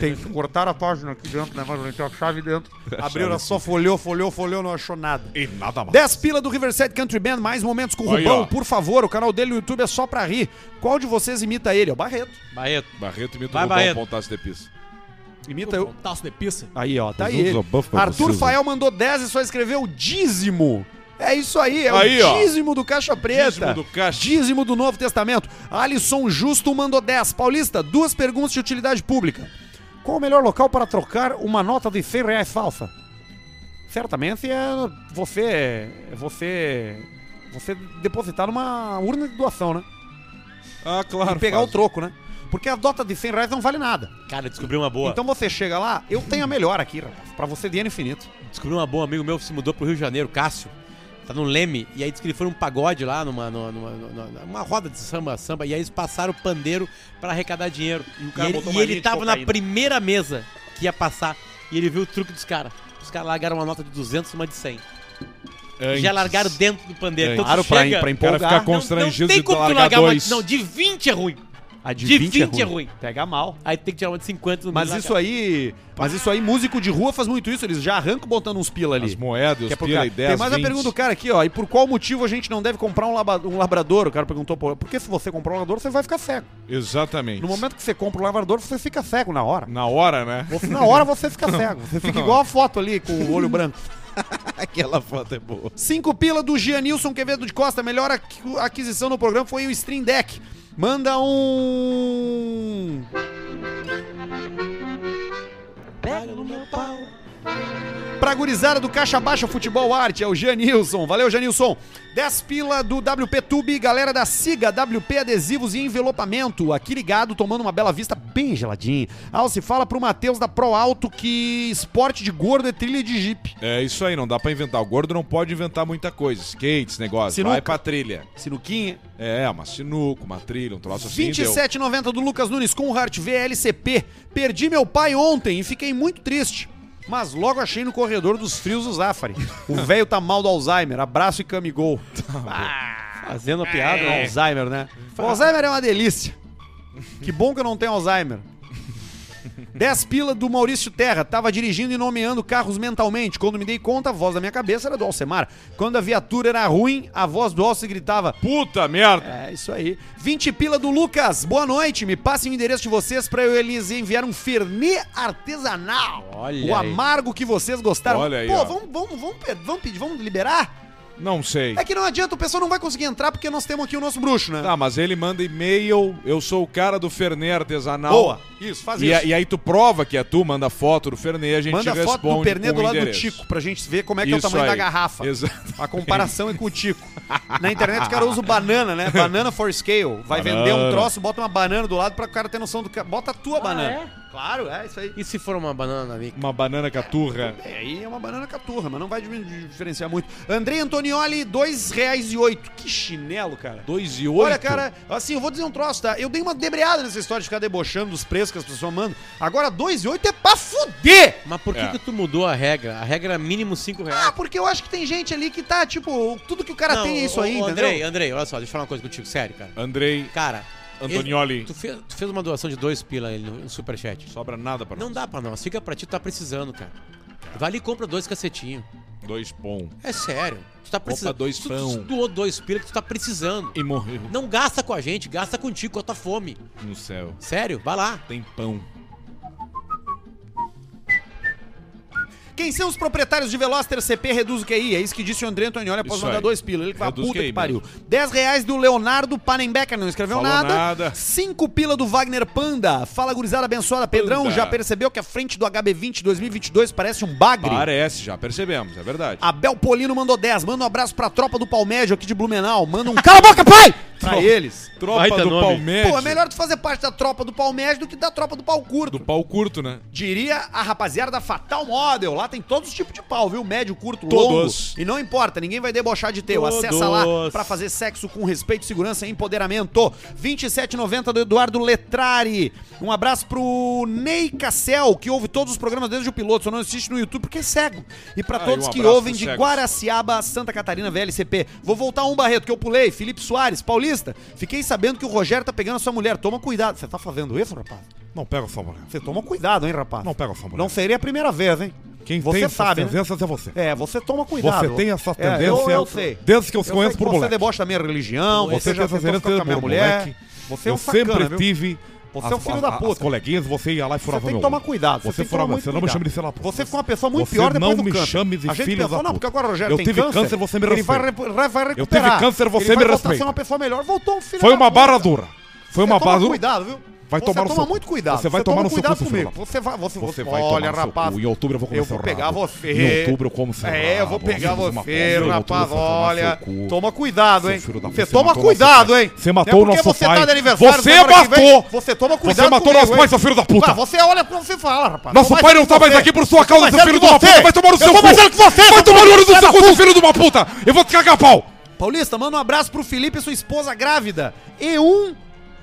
Tem que cortar a página aqui dentro, né, Marlene? Tem uma chave dentro. Abriu, ela só folhou, folhou, folhou, não achou nada. E nada 10 pila do Riverside Country Band, mais momentos com o Aí, ó. Rubão, por favor. O canal dele no YouTube é só pra rir. Qual de vocês imita ele? É o Barreto. Barreto. Barreto imita o Vai, Rubão Barreto. um Pontaço de Pisa. Imita Então eu. Taço de pizza. Aí, ó, tá Fiz aí. um ele. desabafo pra Arthur vocês, Fael mandou 10 e só escreveu dízimo. É isso aí, é Aí, o ó. dízimo do Caixa Preta. Dízimo do Caixa. Dízimo do Novo Testamento. Alisson Justo mandou 10. Paulista, duas perguntas de utilidade pública. Qual o melhor local para trocar uma nota de 100 reais falsa? Certamente é você. é Você. Você depositar numa urna de doação, né? Ah, claro. e pegar faz. o troco, né? Porque a nota de 100 reais não vale nada. Cara, descobri uma boa. Então você chega lá, eu tenho a melhor aqui, rapaz. Pra você, dinheiro infinito. Descobri uma boa. Um amigo meu se mudou pro Rio de Janeiro, Cássio. Tá no Leme. E aí disse que ele foi num pagode lá, numa, numa, numa, numa- numa roda de samba, samba. E aí eles passaram o pandeiro pra arrecadar dinheiro. E, cara ele, botou e uma ele linha de tava na cocaína. primeira mesa que ia passar. E ele viu o truque dos caras. Os caras largaram uma nota de 200 e uma de 100. Antes. Já largaram dentro do pandeiro. Antes. Então Claro, tu pra, chega- pra O cara empolgar. fica constrangido tem de como tu largar largar uma- dois. Não, de 20 é ruim. A de, de 20 é 20 é ruim. ruim. Pega mal. Aí tem que tirar uma de 50 no Mas isso aí, mas isso aí, músico de rua faz muito isso. Eles já arrancam botando uns pila ali. As moedas, Que é os pro pila cara. e 10, Tem mais uma 20. pergunta do cara aqui, ó. E por qual motivo a gente não deve comprar um, laba- um labrador? O cara perguntou, pô, porque se você comprar um labrador, você vai ficar seco. Exatamente. No momento que você compra um labrador, você fica seco na hora. Na hora, né? Você- Na hora você fica cego. Você fica igual a foto ali com o olho branco. Aquela foto é boa. Cinco pila do Gianilson Quevedo de Costa. Melhor aqu- aquisição no programa foi o Stream Deck. Manda um. Pra gurizada do Caixa Baixa Futebol Arte, é o Janilson. Valeu, Janilson. 10 pila do WP Tube, galera da Siga, WP Adesivos e Envelopamento. Aqui ligado, tomando uma bela vista bem geladinha. Alce, fala pro Matheus da Pro Alto que esporte de gordo é trilha de jipe. É isso aí, não dá pra inventar. O gordo não pode inventar muita coisa. Skate, esse negócio. Sinuca. Vai pra trilha. Sinuquinha. É, uma sinuca, uma trilha, um troço assim. deu. 27,90 do Lucas Nunes com Hart VLCP. Perdi meu pai ontem e fiquei muito triste. Mas logo achei no corredor dos frios do Zafari. O velho tá mal do Alzheimer. Abraço e camigol. Fazendo a piada. O é Alzheimer, né? O Alzheimer é uma delícia. Que bom que eu não tenho Alzheimer. 10 pila do Maurício Terra. Tava dirigindo e nomeando carros mentalmente. Quando me dei conta, a voz da minha cabeça era do Alcemar. Quando a viatura era ruim, a voz do Alce gritava: Puta merda! é, isso aí. 20 pila do Lucas. Boa noite. Me passem o endereço de vocês pra eu eles enviar um Fernet artesanal. Olha O aí. amargo que vocês gostaram. Olha aí, ó. Pô, vamos, vamos, vamos, pe- vamos pedir, vamos liberar? Não sei. É que não adianta, o pessoal não vai conseguir entrar porque nós temos aqui o nosso bruxo, né? Tá, mas ele manda e-mail, eu sou o cara do Fernet artesanal. Boa. Isso, faz E, isso. a- e aí tu prova que é tu, manda foto do Fernet e a gente Manda responde foto do Pernê com do o lado endereço. do Tico pra gente ver como é que é o Isso tamanho da aí. garrafa. Exato. A comparação é com o Tico. Na internet o cara usa o banana, né? Banana for scale. Vai Banana. vender um troço, bota uma banana do lado pra o cara ter noção do que. Bota a tua banana. Claro, é isso aí. E se for uma banana na bica? Uma banana caturra. É, aí é uma banana caturra, mas não vai di- diferenciar muito. Andrei Antonioli, R$ 2,08. Que chinelo, cara. Dois e oito. Olha, cara, assim, eu vou dizer um troço, tá? Eu dei uma debreada nessa história de ficar debochando dos preços que as pessoas mandam. Agora, 2,8 é pra fuder! Mas por que, É. que tu mudou a regra? A regra é mínimo 5 reais. Ah, porque eu acho que tem gente ali que tá, tipo, tudo que o cara Não, tem é isso ô, aí, ô, entendeu? Andrei, Andrei, olha só, deixa eu falar uma coisa contigo, sério, cara. Andrei Cara, Antonioli. ele- tu, fez, tu fez uma doação de dois pila ele no, no superchat. Sobra nada pra nós. Não dá pra nós, fica pra ti, tu tá precisando, cara. Vai ali e compra dois cacetinhos. Dois pão. É sério. Tu tá precisando. dois tu, pão. tu doou dois pila que tu tá precisando. E morreu Não gasta com a gente, gasta contigo, com a tua fome. no céu. Sério, vai lá. Tem pão. Quem são os proprietários de Veloster CP Reduz o QI? É isso que disse o André Antonioli após Isso mandar aí. dois pila. Ele fala, Reduz o puta QI que pariu. 10 reais do Leonardo Panenbecker, não escreveu Falou nada. nada. 5 pila do Wagner Panda. Fala, gurizada abençoada. Pedrão, Panda. já percebeu que a frente do HB20 2022 parece um bagre? Parece, já percebemos, é verdade. Abel Polino mandou 10. Manda um abraço pra tropa do Palmédio aqui de Blumenau. Manda um... Cala a boca, pai! Pra eles. Tropa Baita do nome. Palmeiras. Pô, é melhor tu fazer parte da tropa do Palmédio do que da tropa do pau curto. Do pau curto, né? Diria a rapaziada da Fatal Model. Lá tem todos os tipos de pau, viu? Médio, curto, Todos. longo. E não importa, ninguém vai debochar de teu. Acessa lá Todos. pra fazer sexo com respeito, segurança e empoderamento. 27,90 do Eduardo Letrari. Um abraço pro Ney Cassel, que ouve todos os programas desde o piloto, só não assiste no YouTube porque é cego. E pra Ah, todos e um que abraço ouvem pros de cegos. Guaraciaba, Santa Catarina, VLCP. Vou voltar um barreto que eu pulei. Felipe Soares, paulista. Fiquei sabendo que o Rogério tá pegando a sua mulher. Toma cuidado. Você tá fazendo isso, rapaz? Não pega essa mulher. Você toma cuidado, hein, rapaz? Não pega essa mulher. Não seria a primeira vez, hein? Quem você tem sabe, né? essas tendências é você. É, você toma cuidado. Você tem essas É, tendências eu, eu sei. desde que eu os Eu conheço sei por que Você moleque. debocha da minha religião, você, Você já tem tentou essas ficar com tendências a minha por mulher. moleque. Você é um Eu sacana, sempre viu? tive... Você é um as- filho da as- puta. As coleguinhas, você ia lá e Você furava tem que meu tomar olho. cuidado. Você tem que furava- tomar muito você não me cuidado. chame de filha da puta. Você ficou uma pessoa muito Você pior depois não do me câncer. chame de A gente filho da pensou, não, puta. porque agora o Rogério Eu tem tive câncer. câncer, você me ele vai, respeita. re- vai- vai Eu recuperar. tive câncer, você ele vai me voltar a ser respeita. uma pessoa melhor. Voltou um filho Foi da uma puta. barra dura. Foi uma Você toma barra dura. cuidado, viu? Vai você tomar no toma seu cu. muito cuidado. Você vai tomar toma no seu cuidado cu, seu comigo. filho da Você vai, você, Você vai olha, tomar no seu rapaz. cu. Em outubro eu vou comer Eu seu vou pegar rabo. você. Em outubro eu como seu É, eu vou rabo. pegar Eu fiz uma você, pomba, em rapaz. outubro eu vou tomar seu Olha, cu. toma cuidado, Seu hein? filho da Você puta, toma matou nosso cuidado, pai. hein? Você Não é matou porque nosso você pai. tá de aniversário. Você semana que vem, matou. Você toma cuidado Você matou comigo, nosso pai, hein? seu filho da puta. Ah, Você olha pra você e fala, rapaz. Nosso Tô mais pai não velho tá que mais você. aqui por sua Tô causa, mais seu velho filho que da você. puta! Vai tomar no seu Eu cu! tô mais velho que você. Vai tomar no olho do seu cu, seu filho de uma puta! Eu vou te cagar pau! Paulista, manda um abraço pro Felipe e sua esposa grávida. E um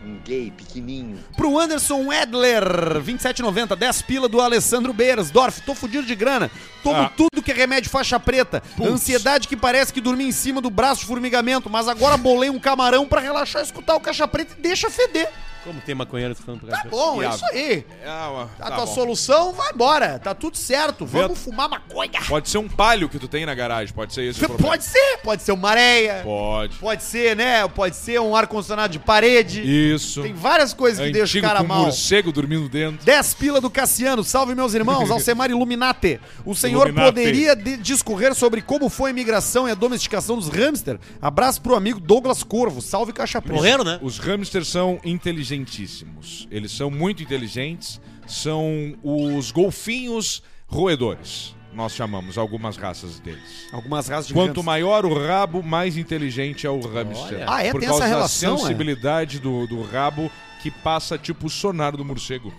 Um gay pequenininho. pro Anderson Edler, 27,90, 10 pila do Alessandro Beirsdorf. Tô fudido de grana. Tomo Ah. tudo que é remédio faixa preta. Ansiedade que parece que dormi em cima do braço de formigamento, mas agora bolei um camarão pra relaxar, escutar o caixa preta e deixa feder. Como tem maconheiro falando pra Tá bom, é E a- isso aí. Ah, A tá tua bom. solução, vai embora. Tá tudo certo. Vê a- Vamos fumar maconha. Pode ser um palho que tu tem na garagem, pode ser isso. Pode ser, pode ser uma areia. Pode. Pode ser, né? Pode ser um ar-condicionado de parede. Isso. É Tem várias coisas que Antigo deixam o cara com mal. morcego dormindo dentro. 10 pila do Cassiano, salve meus irmãos, Alcemar Illuminate. O senhor Illuminati. poderia de- discorrer sobre como foi a imigração e a domesticação dos hamster? Abraço pro amigo Douglas Corvo, salve Caixa Preta. Morreram, né? Os hamsters são inteligentíssimos. Eles são muito inteligentes. São os golfinhos roedores. Nós chamamos algumas raças deles. Algumas raças de Quanto hamster. maior o rabo, mais inteligente é o hamster. Olha. Ah, é? Por Tem causa essa da relação, é? sensibilidade do, do rabo que passa tipo o sonar do morcego.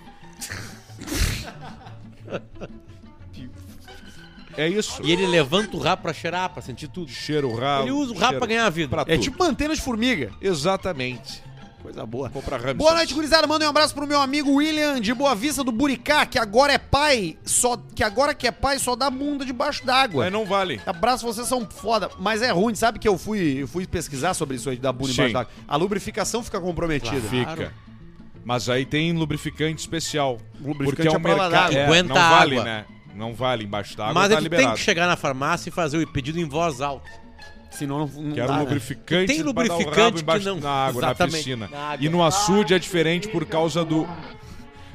é isso. E ele levanta o rabo pra cheirar, pra sentir tudo. Cheira o rabo. Ele usa o rabo cheira- pra ganhar a vida. pra É tudo. tipo uma antena de formiga. Exatamente. Coisa boa. Compra hamster. Boa noite, gurizada. Mandem um abraço pro meu amigo William de Boa Vista do Buricá, que agora é pai, só que agora que é pai só dá bunda debaixo d'água. Mas não vale. Abraço, vocês são foda. Mas é ruim, sabe que eu fui, eu fui pesquisar sobre isso aí da bunda Sim. embaixo d'água. A lubrificação fica comprometida. Fica. Mas aí tem lubrificante especial. Lubrificante porque é à um prova mercado. d'água. É, Aguenta não vale, água. né? Não vale embaixo d'água, Mas tá é que tu tem liberado. que chegar na farmácia e fazer o pedido em voz alta. Senão não, não Quero dá, né? lubrificante, Tem pra dar o rabo lubrificante que embaixo não- na água, Exatamente. na piscina. Na água. E no açude é diferente por causa do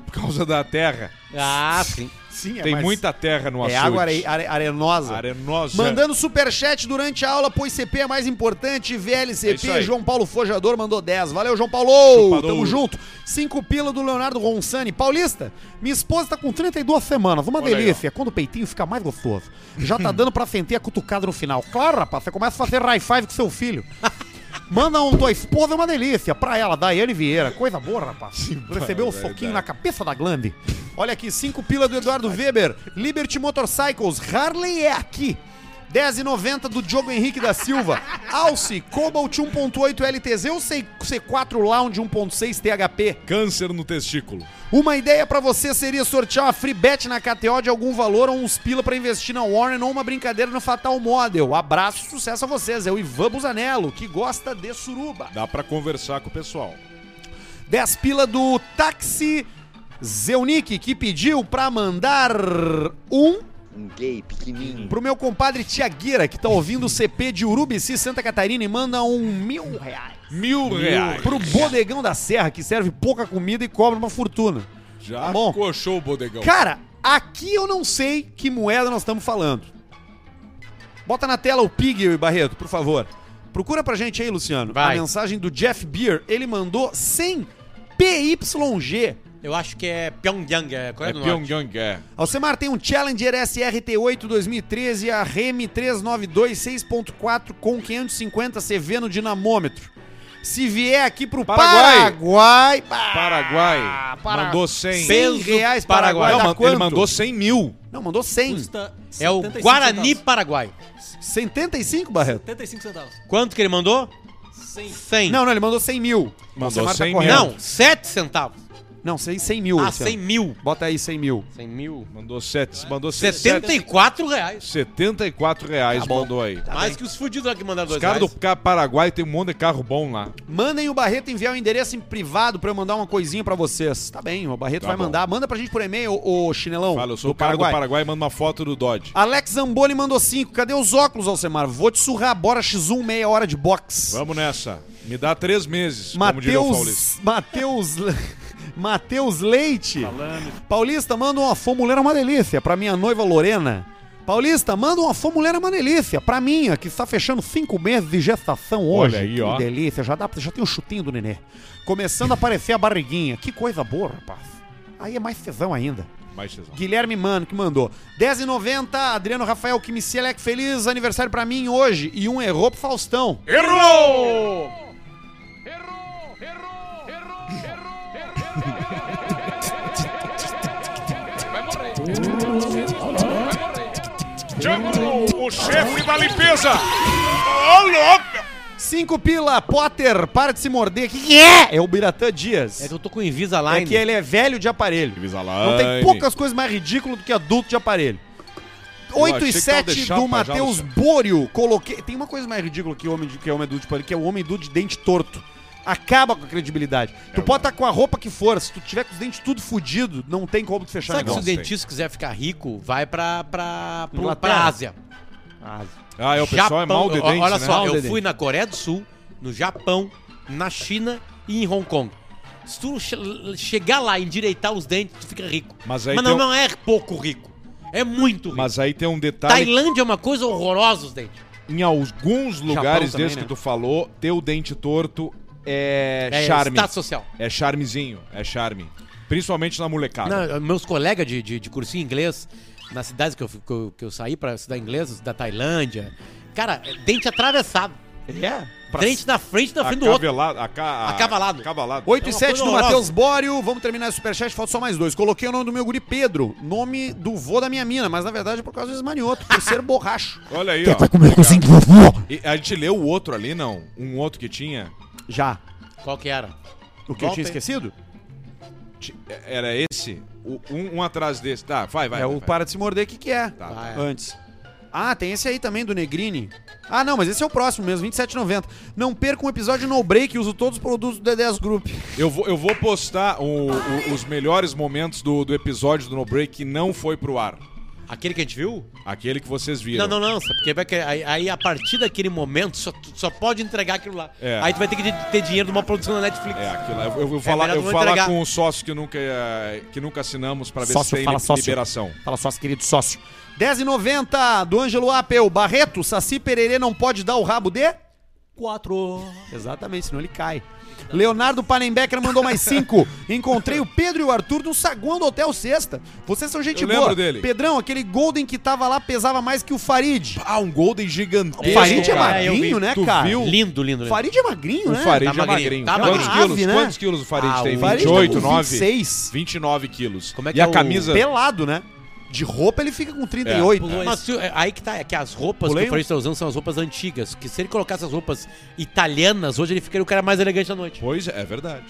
por causa da terra. Ah, sim. Sim, é, Tem mas muita terra no açude. É água are- are- arenosa. arenosa. Mandando superchat durante a aula, pois CP é mais importante, É VLCP, isso aí. João Paulo Fojador mandou 10. Valeu, João Paulo! Chupador. Tamo junto. 5 pila do Leonardo Ronsani. Paulista, minha esposa tá com 32 semanas, uma Olha aí, delícia. Quando o peitinho fica mais gostoso. Já tá dando pra sentir a cutucada no final. Claro, rapaz, você começa a fazer high five com seu filho. Manda um tua esposa é uma delícia. Pra ela, Daiane Vieira. Coisa boa, rapaz. Recebeu um soquinho na cabeça da glande. Olha aqui, cinco pila do Eduardo Weber. Liberty Motorcycles. Harley é aqui. 10,90 do Diogo Henrique da Silva. Alce, Cobalt 1.8 LTZ ou C- C4 Lounge 1.6 THP. Câncer no testículo. Uma ideia pra você seria sortear uma free bet na KTO de algum valor ou uns pila pra investir na Warren ou uma brincadeira no Fatal Model. Abraço, sucesso a vocês. É o Ivan Busanello, que gosta de suruba. Dá pra conversar com o pessoal. 10 pila do Taxi Zeunick, que pediu pra mandar um Um gay pequenininho. pro meu compadre Tiagueira, que tá ouvindo o CP de Urubici, Santa Catarina, e manda um mil reais. Mil reais. Pro Bodegão da Serra, que serve pouca comida e cobra uma fortuna. Já Tá bom. coxou o bodegão. Cara, aqui eu não sei que moeda nós estamos falando. Bota na tela o Pig e Barreto, por favor. Procura pra gente aí, Luciano. Vai. A mensagem do Jeff Beer, ele mandou 100 PYG. Eu acho que é Pyongyang, é É Coreia do Norte. Pyongyang, é. Alcemar tem um Challenger SRT8 2013, a REM 392 6.4 com 550 CV no dinamômetro. Se vier aqui pro Paraguai, Paraguai. pá, Paraguai. Ah, para- Mandou 100. 100 reais Paraguai. Não, dá man- quanto? ele mandou 100 mil. Não, mandou 100. Custa É o 75 Guarani centavos. Paraguai. 75, Barreto? 75 centavos. Quanto que ele mandou? 100. 100. Não, não, ele mandou 100 mil. Mandou Alcemar 100 mil. correndo. não 7 centavos. Não, 100, 100 mil. Ah, Luciano. 100 mil. Bota aí 100 mil. 100 mil. Mandou 7. Mandou 70... 74 reais. 74 reais mandou aí. Mais que os fudidos lá que mandaram Tá Os Tá dois caras reais. do Ca- Paraguai tem um monte de carro bom lá. Mandem o Barreto enviar o endereço em privado pra eu mandar uma coisinha pra vocês. Tá bem, o Barreto Tá vai bom. mandar. Manda pra gente por e-mail, ô chinelão. Fala, eu sou do o cara do Paraguai e manda uma foto do Dodge. Alex Zamboni mandou 5. Cadê os óculos, Alcemar? Vou te surrar, bora X1, meia hora de box. Vamos nessa. Me dá três meses, como diria o Paulista. Matheus. Matheus. Matheus Leite. Paulista, manda uma fô mulher é uma delícia pra minha noiva Lorena. Paulista, manda uma fô mulher é uma delícia pra minha, que está fechando cinco meses de gestação hoje. Olha aí, que ó. delícia, já, dá, pra- já tem o chutinho do nenê. Começando a aparecer a barriguinha. Que coisa boa, rapaz. Aí é mais tesão ainda. Mais tesão. Guilherme Mano que mandou. 10,90, Adriano Rafael Quimicelec, é feliz aniversário pra mim hoje. E um errou pro Faustão. Errou! Django, o chefe da limpeza! Ô, louco! Cinco pila, Potter, para de se morder. Que que é? É o Biratã Dias. É É, que eu tô com Invisalign. que ele é velho de aparelho. Não tem poucas coisas mais ridículas do que adulto de aparelho. Eu 8 achei e que tava 7 deixado do pra já, Matheus Luciano. Bório. Coloquei. Tem uma coisa mais ridícula que homem, de- que homem adulto de aparelho, que é o homem adulto de dente torto. Acaba com a credibilidade. É, tu pode estar com a roupa que for, se tu tiver com os dentes tudo fudido, não tem como tu fechar Sabe que se o negócio. dentista quiser ficar rico, vai pra, pra, pro, Inglaterra. pra Ásia. Ah, é, o pessoal é mal de Ó, dente, Olha né? só, Mal de eu dente. fui na Coreia do Sul, no Japão, na China e em Hong Kong. Se tu che- chegar lá e endireitar os dentes, tu fica rico. Mas aí não, tem um- não é pouco rico. É muito rico. Mas aí tem um detalhe. Tailândia é uma coisa horrorosa os dentes. Em alguns lugares também, desses né? que tu falou, ter o dente torto é, É, charme. status social. É charmezinho, é charme. Principalmente na molecada. Ah, Não, eh, meus colegas de, de, de cursinho inglês, nas cidades que eu, fui- que eu, que eu saí pra estudar inglês, da Tailândia, cara, é dente atravessado. É? Pra Dente na frente da frente do Tá outro. Acavelado, aca, Acavalado. Acavalado. 8 É e uma 7 coisa do horrorosa. Matheus Bório. Vamos terminar esse superchat, falta só mais dois. Coloquei o nome do meu guri Pedro, nome do vô da minha mina, mas na verdade é por causa do esmanioto, por ser borracho. Olha aí, tá ó. comer cozinho do vovô? E a gente leu o outro ali, não? Um outro que tinha? Já. Qual que era? O que eu tinha esquecido? Ti- Era esse? O- um, um atrás desse. Tá, vai, vai. é vai, o vai. Para de se morder, o que, que é? Tá, Ah, tá. é. Antes. Ah, tem esse aí também do Negrini. Ah, não, mas esse é o próximo mesmo, 27,90. Não perca um episódio no break, uso todos os produtos do D10 Group. Eu vou, eu vou postar o- o- os melhores momentos do, do episódio do No Break que não foi pro ar. Aquele que a gente viu? Aquele que vocês viram. Não, não, não. sabe? Porque vai que- aí, aí, a partir daquele momento, só, tu só pode entregar aquilo lá. É. Aí tu vai ter que de- ter dinheiro de uma produção da Netflix. É, aquilo. lá. Eu, eu vou falar, melhor eu não vou falar entregar. com os sócios que nunca, eh, que nunca assinamos pra ver se Sócio, tem fala li- sócio. liberação. Fala sócio, querido sócio. 10,90 do Ângelo Apel. Barreto, Saci Pererê não pode dar o rabo de? Quatro. Exatamente, senão ele cai. Leonardo Panembecker mandou mais cinco. Encontrei o Pedro e o Arthur no saguão do Hotel Sexta. Vocês são gente Eu boa. lembro dele. Pedrão, aquele Golden que tava lá pesava mais que o Farid. Ah, um Golden gigantesco. O Farid é cara, eu magrinho, vi. né, Tu cara? viu? Lindo, lindo, O lindo. Farid é magrinho, O né? Farid Tá é magrinho, magrinho. tá Quantos magrinho. quilos? Ave, né? Quantos quilos o Farid Ah, tem? o Farid 28, tá com 9? 26. 29 quilos. Como é que e é a o- camisa... Pelado, né? De roupa ele fica com 38. Mas tu- é, aí que tá, é que as roupas Pulei que o Fred tá usando são as roupas antigas. Que se ele colocasse as roupas italianas, hoje ele ficaria o cara mais elegante da noite. Pois é, é verdade.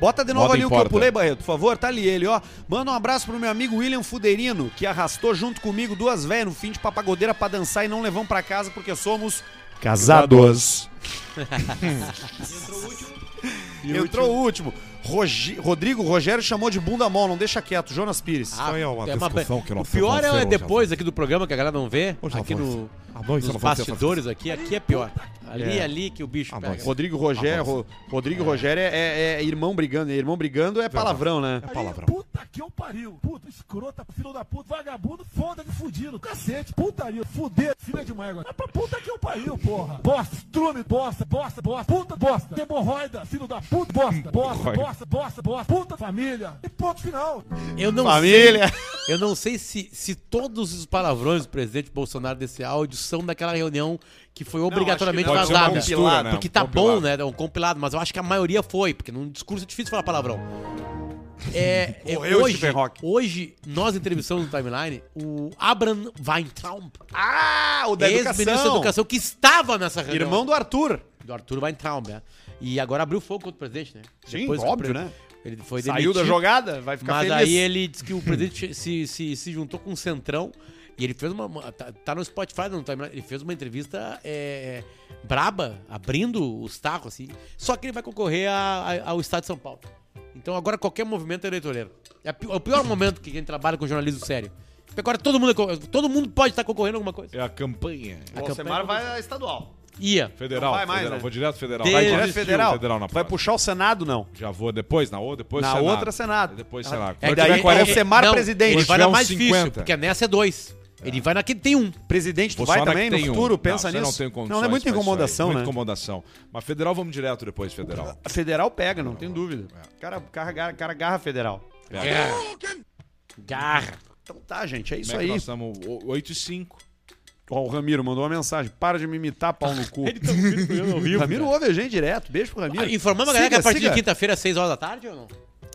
Bota de novo Moda ali o que importa. eu pulei, Barreto, por favor. Tá ali ele, ó. Manda um abraço pro meu amigo William Fuderino, que arrastou junto comigo duas velhas no fim de papagodeira pra dançar e não levam pra casa porque somos Casados. Entrou o último. Rogi- Rodrigo Rogério chamou de bunda mão, não deixa quieto. Jonas Pires. Ah, é uma ba- discussão que O nós pior vamos é ter depois aqui do programa que a galera não vê. Hoje nós Aqui vamos no, Ah, nós não nos vamos ter essa bastidores aqui, aqui é pior. Ali, ali que o bicho Ah, pega. nós. Rodrigo Rogério, Ro- Rodrigo Rogério é, é- é irmão brigando. e Irmão brigando é palavrão, né? palavrão. Puta que eu pariu. Puta, escrota, filho da puta, vagabundo, foda-se, fudido. Cacete, putaria, fuder, filha de mãe agora. Mas pra puta que eu pariu, porra. Bosta, estrume, bosta, bosta, bosta, puta, bosta. Hemorroida, filho da puta, bosta, bosta, Hemorroida. bosta, bosta, bosta, puta, família. E ponto final. Eu não Família. sei. Eu não sei se, se todos os palavrões do presidente Bolsonaro desse áudio são daquela reunião que foi obrigatoriamente não. Pode ser uma vazada. mistura, Compilado, né? Porque tá Um compilado. bom, né? É um compilado, mas eu acho que a maioria foi, porque num discurso é difícil falar palavrão. É, é, Morreu o hoje, Stephen Hawking. hoje, nós entrevistamos no timeline o Abraham Weintraub, Ah, o da ex-ministro da educação. Educação, que estava nessa reunião. Irmão do Arthur. do Arthur Weintraub, né? E agora abriu fogo contra o presidente, né? Sim, que o óbvio, pre- né? Ele foi Saiu da demitido. jogada, vai ficar Mas feliz. aí ele disse que o presidente se, se, se juntou com o Centrão e ele fez uma. uma- Tá, tá no Spotify, não tá, ele fez uma entrevista é, braba, abrindo os tacos, assim. Só que ele vai concorrer a- a- ao Estado de São Paulo. Então agora qualquer movimento é eleitoreiro. É, a pi- é o pior momento que a gente trabalha com jornalismo sério. Porque agora todo mundo, é co- todo mundo pode estar concorrendo a alguma coisa. É a campanha. O Alcemar vai a estadual. Ia. Federal, Não vai mais, federal. né? Vou direto federal. Vai Vai Desistiu. direto federal. federal na vai próxima. puxar o Senado, não. Já vou depois, na outra, depois Na Senado. outra, Senado. Depois Senado. É Quando daí- tiver 40, é- Alcemar não, presidente. Quando Ele vai na tiver mais uns difícil, 50. porque nessa é dois. Ah. Ele vai na que tem um. Presidente, tu Bolsonaro vai também que no tem um. futuro? Pensa isso eu nisso. Não, tenho condições não é muita pra isso aí. incomodação, Muita né? incomodação. Mas federal vamos direto depois, federal. A Federal pega, não tem dúvida. Cara, cara, cara, cara garra federal. Garra. Então tá, gente, é isso Como é que aí. Nós estamos 8 e 5. Ó, o Ramiro mandou uma mensagem. Para de me imitar, pau no cu. Ele tá ouvindo, eu não ouvi, Ramiro ouve a gente direto. Beijo pro Ramiro. Ah, Informamos a galera que a partir siga, de quinta-feira, às 6 horas da tarde ou não?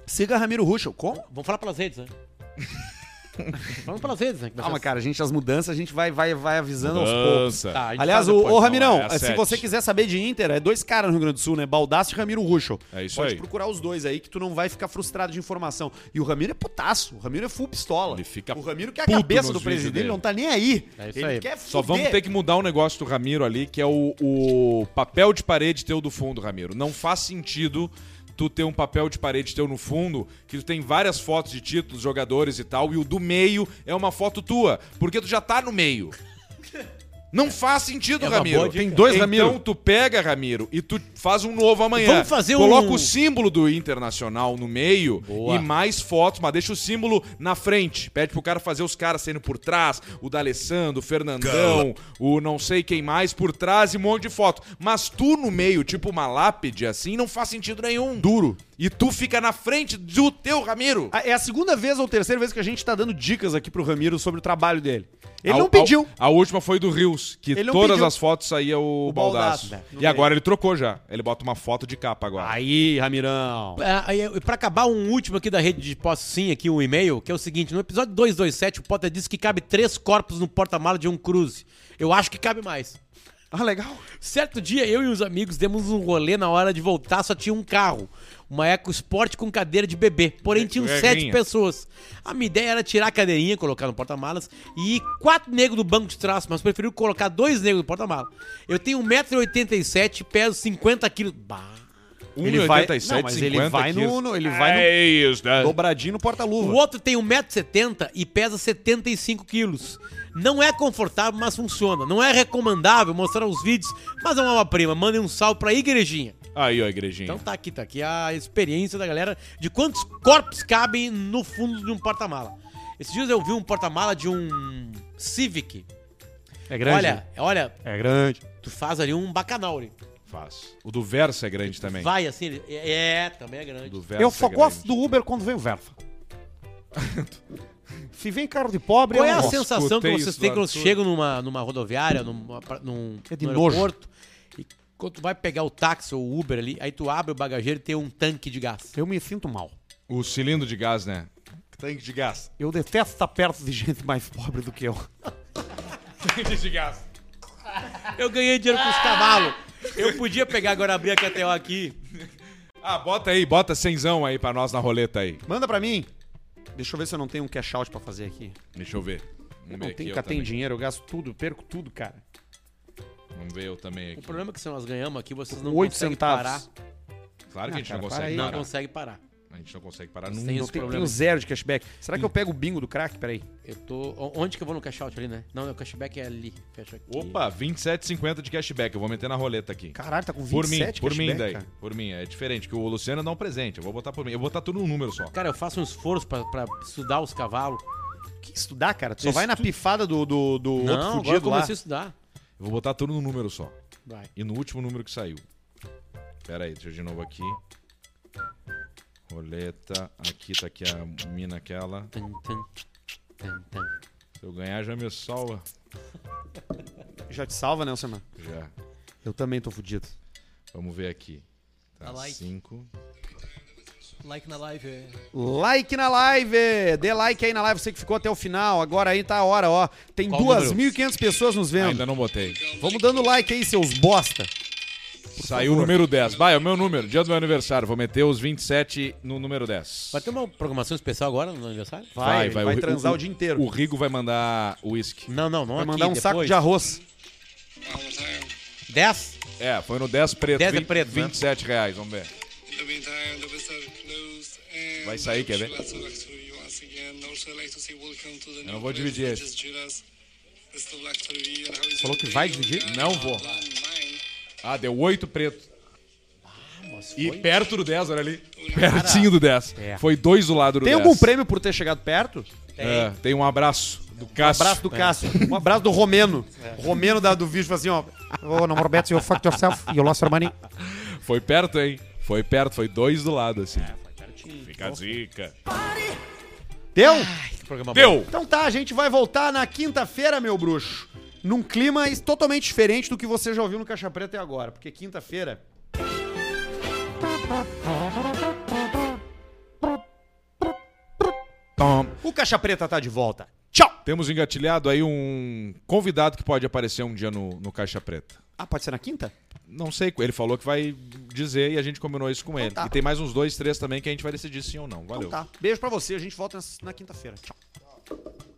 Siga Ramiro Ruschel. Como? Vamos falar pelas redes, né? Vamos pelas redes, né? que vai Calma, ser- cara. A gente, as mudanças, a gente vai, vai, vai avisando aos poucos. Dança. Tá, a gente Aliás, faz o, depois. ô não, Ramirão, é a se sete. você quiser saber de Inter, é dois caras no Rio Grande do Sul, né? Baldaço e Ramiro Ruschel. É isso Pode aí. procurar os dois aí que tu não vai ficar frustrado de informação. E o Ramiro é putaço. O Ramiro é full pistola. Ele fica o Ramiro quer a puto cabeça do nos vídeos presidente, dele. ele não tá nem aí. É isso ele aí. quer Só vamos fuder. ter que mudar um negócio do Ramiro ali, que é o, o papel de parede teu do fundo, Ramiro. Não faz sentido tu ter um papel de parede teu no fundo, que tu tem várias fotos de títulos, jogadores e tal, e o do meio é uma foto tua, porque tu já tá no meio. Não faz sentido, É uma boa Ramiro. dica. Tem dois então, Ramiro. Então tu pega, Ramiro, e tu faz um novo amanhã. Vamos fazer um- Coloca o símbolo do Internacional no meio Boa. e mais fotos, mas deixa o símbolo na frente. Pede pro cara fazer os caras saindo por trás, o D'Alessandro, o Fernandão, o não sei quem mais por trás e um monte de foto. Mas tu no meio, tipo uma lápide assim, não faz sentido nenhum. Duro. E tu fica na frente do teu Ramiro. Ah, É a segunda vez ou terceira vez que a gente tá dando dicas aqui pro Ramiro sobre o trabalho dele. Ele A- não a- pediu. A, última foi do Rios, que Ele não todas pediu. as fotos saía o, O baldaço. Baldasso, né? No E meio. agora ele trocou já. Ele bota uma foto de capa agora. Aí, Ramirão. Ah, aí, E pra acabar, um último aqui da rede de posse, sim, aqui um e-mail, que é o seguinte: no episódio 227, o Potter disse que cabe três corpos no porta-mala de um cruze. Eu acho que cabe mais. Ah, legal. Certo dia, eu e os amigos demos um rolê na hora de voltar, só tinha um carro. Uma Eco Sport com cadeira de bebê. Porém, tinham sete Regrinha. pessoas. A minha ideia era tirar a cadeirinha, colocar no porta-malas e quatro negros do banco de trás, mas preferi colocar dois negros no porta-malas. Eu tenho 1,87m, peso 50kg. Ele vai- 1,87, não, mas ele vai no, no- ele vai no É isso, né? dobradinho no O porta-luva. outro tem 1,70m e pesa 75kg. Não é confortável, mas funciona. Não é recomendável mostrar os vídeos, mas é uma obra-prima. Mandem um salve pra igrejinha. Aí, ó, igrejinha. Então tá aqui, tá aqui a experiência da galera de quantos corpos cabem no fundo de um porta-mala. Esses dias eu vi um porta-mala de um Civic. É grande. Olha, olha, É grande. tu faz ali um bacanal ali. Faz. O do Versa é grande também. Vai assim, ele- é, é, também é grande. O do Versa Eu só é grande. gosto do Uber quando vem o Verfa. Se vem carro de pobre, Qual é eu a não gosto. sensação que escutei vocês isso têm do quando Arthur. chegam numa, numa rodoviária, numa, pra- num, É de num nojo. e quando tu vai pegar o táxi ou o Uber ali, aí tu abre o bagageiro e tem um tanque de gás. Eu me sinto mal. O cilindro de gás, né? Tanque de gás. Eu detesto estar perto de gente mais pobre do que eu. Tanque de gás. Eu ganhei dinheiro com os cavalos. Eu podia pegar agora, abrir a KTO aqui. Ah, bota aí, bota cenzão aí pra nós na roleta aí. Manda pra mim. Deixa eu ver se eu não tenho um cash out pra fazer aqui. Deixa eu ver. Vamos Não ver aqui tenho, eu cara, tem também. dinheiro, eu gasto tudo, eu perco tudo, cara. Vamos ver eu também O aqui. problema é que se nós ganhamos aqui, vocês não Oito conseguem parar. centavos. Claro que a gente Ah, não cara, consegue para Não aí. parar. consegue parar. A gente não consegue parar nunca. Tem Não esse tenho, problema. tenho zero de cashback. Será que eu pego o bingo do crack? Peraí. Eu tô. o- Onde que eu vou no cash out ali, né? Não, o cashback é ali. Fecha aqui. Opa, 27,50 de cashback. Eu vou meter na roleta aqui. Caralho, tá com 27 Por mim, cashback, por mim daí. cara. Por mim, é diferente, que o Luciano dá um presente. Eu vou botar por mim. Eu vou botar tudo num número só. Cara, eu faço um esforço pra, pra estudar os cavalos. Que estudar, cara? Tu só vai na pifada do, do, do Um outro Não, agora eu fudido lá. comecei a estudar. Eu vou botar tudo num número só. Vai. E no último número que saiu. Pera aí, deixa eu de novo aqui. Roleta. Aqui tá aqui a mina aquela. Tan, tan, tan, tan. Se eu ganhar, já me salva. Já te salva, né, Nelson, mano. Já. Eu também tô fudido. Vamos ver aqui. Tá, Dá like. cinco. Like na live. Like na live! Dê like aí na live, você que ficou até o final. Agora aí tá a hora, ó. Tem Qual 2.500 pessoas nos vendo. Ainda não botei. Vamos dando like aí, seus bosta. Saiu o número 10. Vai, é o meu número. Dia do meu aniversário. Vou meter os 27 no número 10. Vai ter uma programação especial agora no aniversário? um Vai, vai, O- transar o, dia inteiro. O Rigo vai mandar uísque. Não, não, não vai aqui, mandar um saco depois. de arroz. 10? É, foi no 10 preto. 10 é vin- preto, né? 27 reais, vamos ver. Vai sair, quer ver? Eu não vou dividir esse. Falou que vai dividir? Não vou. Ah, deu 8 preto. E perto do 10, olha ali. Pertinho do 10. Foi dois do lado do Tem 10. algum prêmio por ter chegado perto? É, tem um abraço do Cássio. Abraço do Cássio. Um abraço do Romeno. Romeno da, do vídeo, assim, ó. Oh, no more bets, you fucked yourself, you lost your money. Foi perto, hein? Foi perto, foi dois do lado, assim. Fica a zica. Deu? Que programa bom. Deu! Então tá, a gente vai voltar na quinta-feira, meu bruxo. Num clima es- totalmente diferente do que você já ouviu no Caixa Preta até agora. Porque quinta-feira. Tom. O Caixa Preta tá de volta. Temos engatilhado aí um convidado que pode aparecer um dia no, no Caixa Preta. Ah, pode ser na quinta? Não sei, ele falou que vai dizer e a gente combinou isso com ele. tá. E tem mais uns dois, três também que a gente vai decidir sim ou não. Valeu. Então tá. Beijo pra você, a gente volta na- na quinta-feira. Tchau.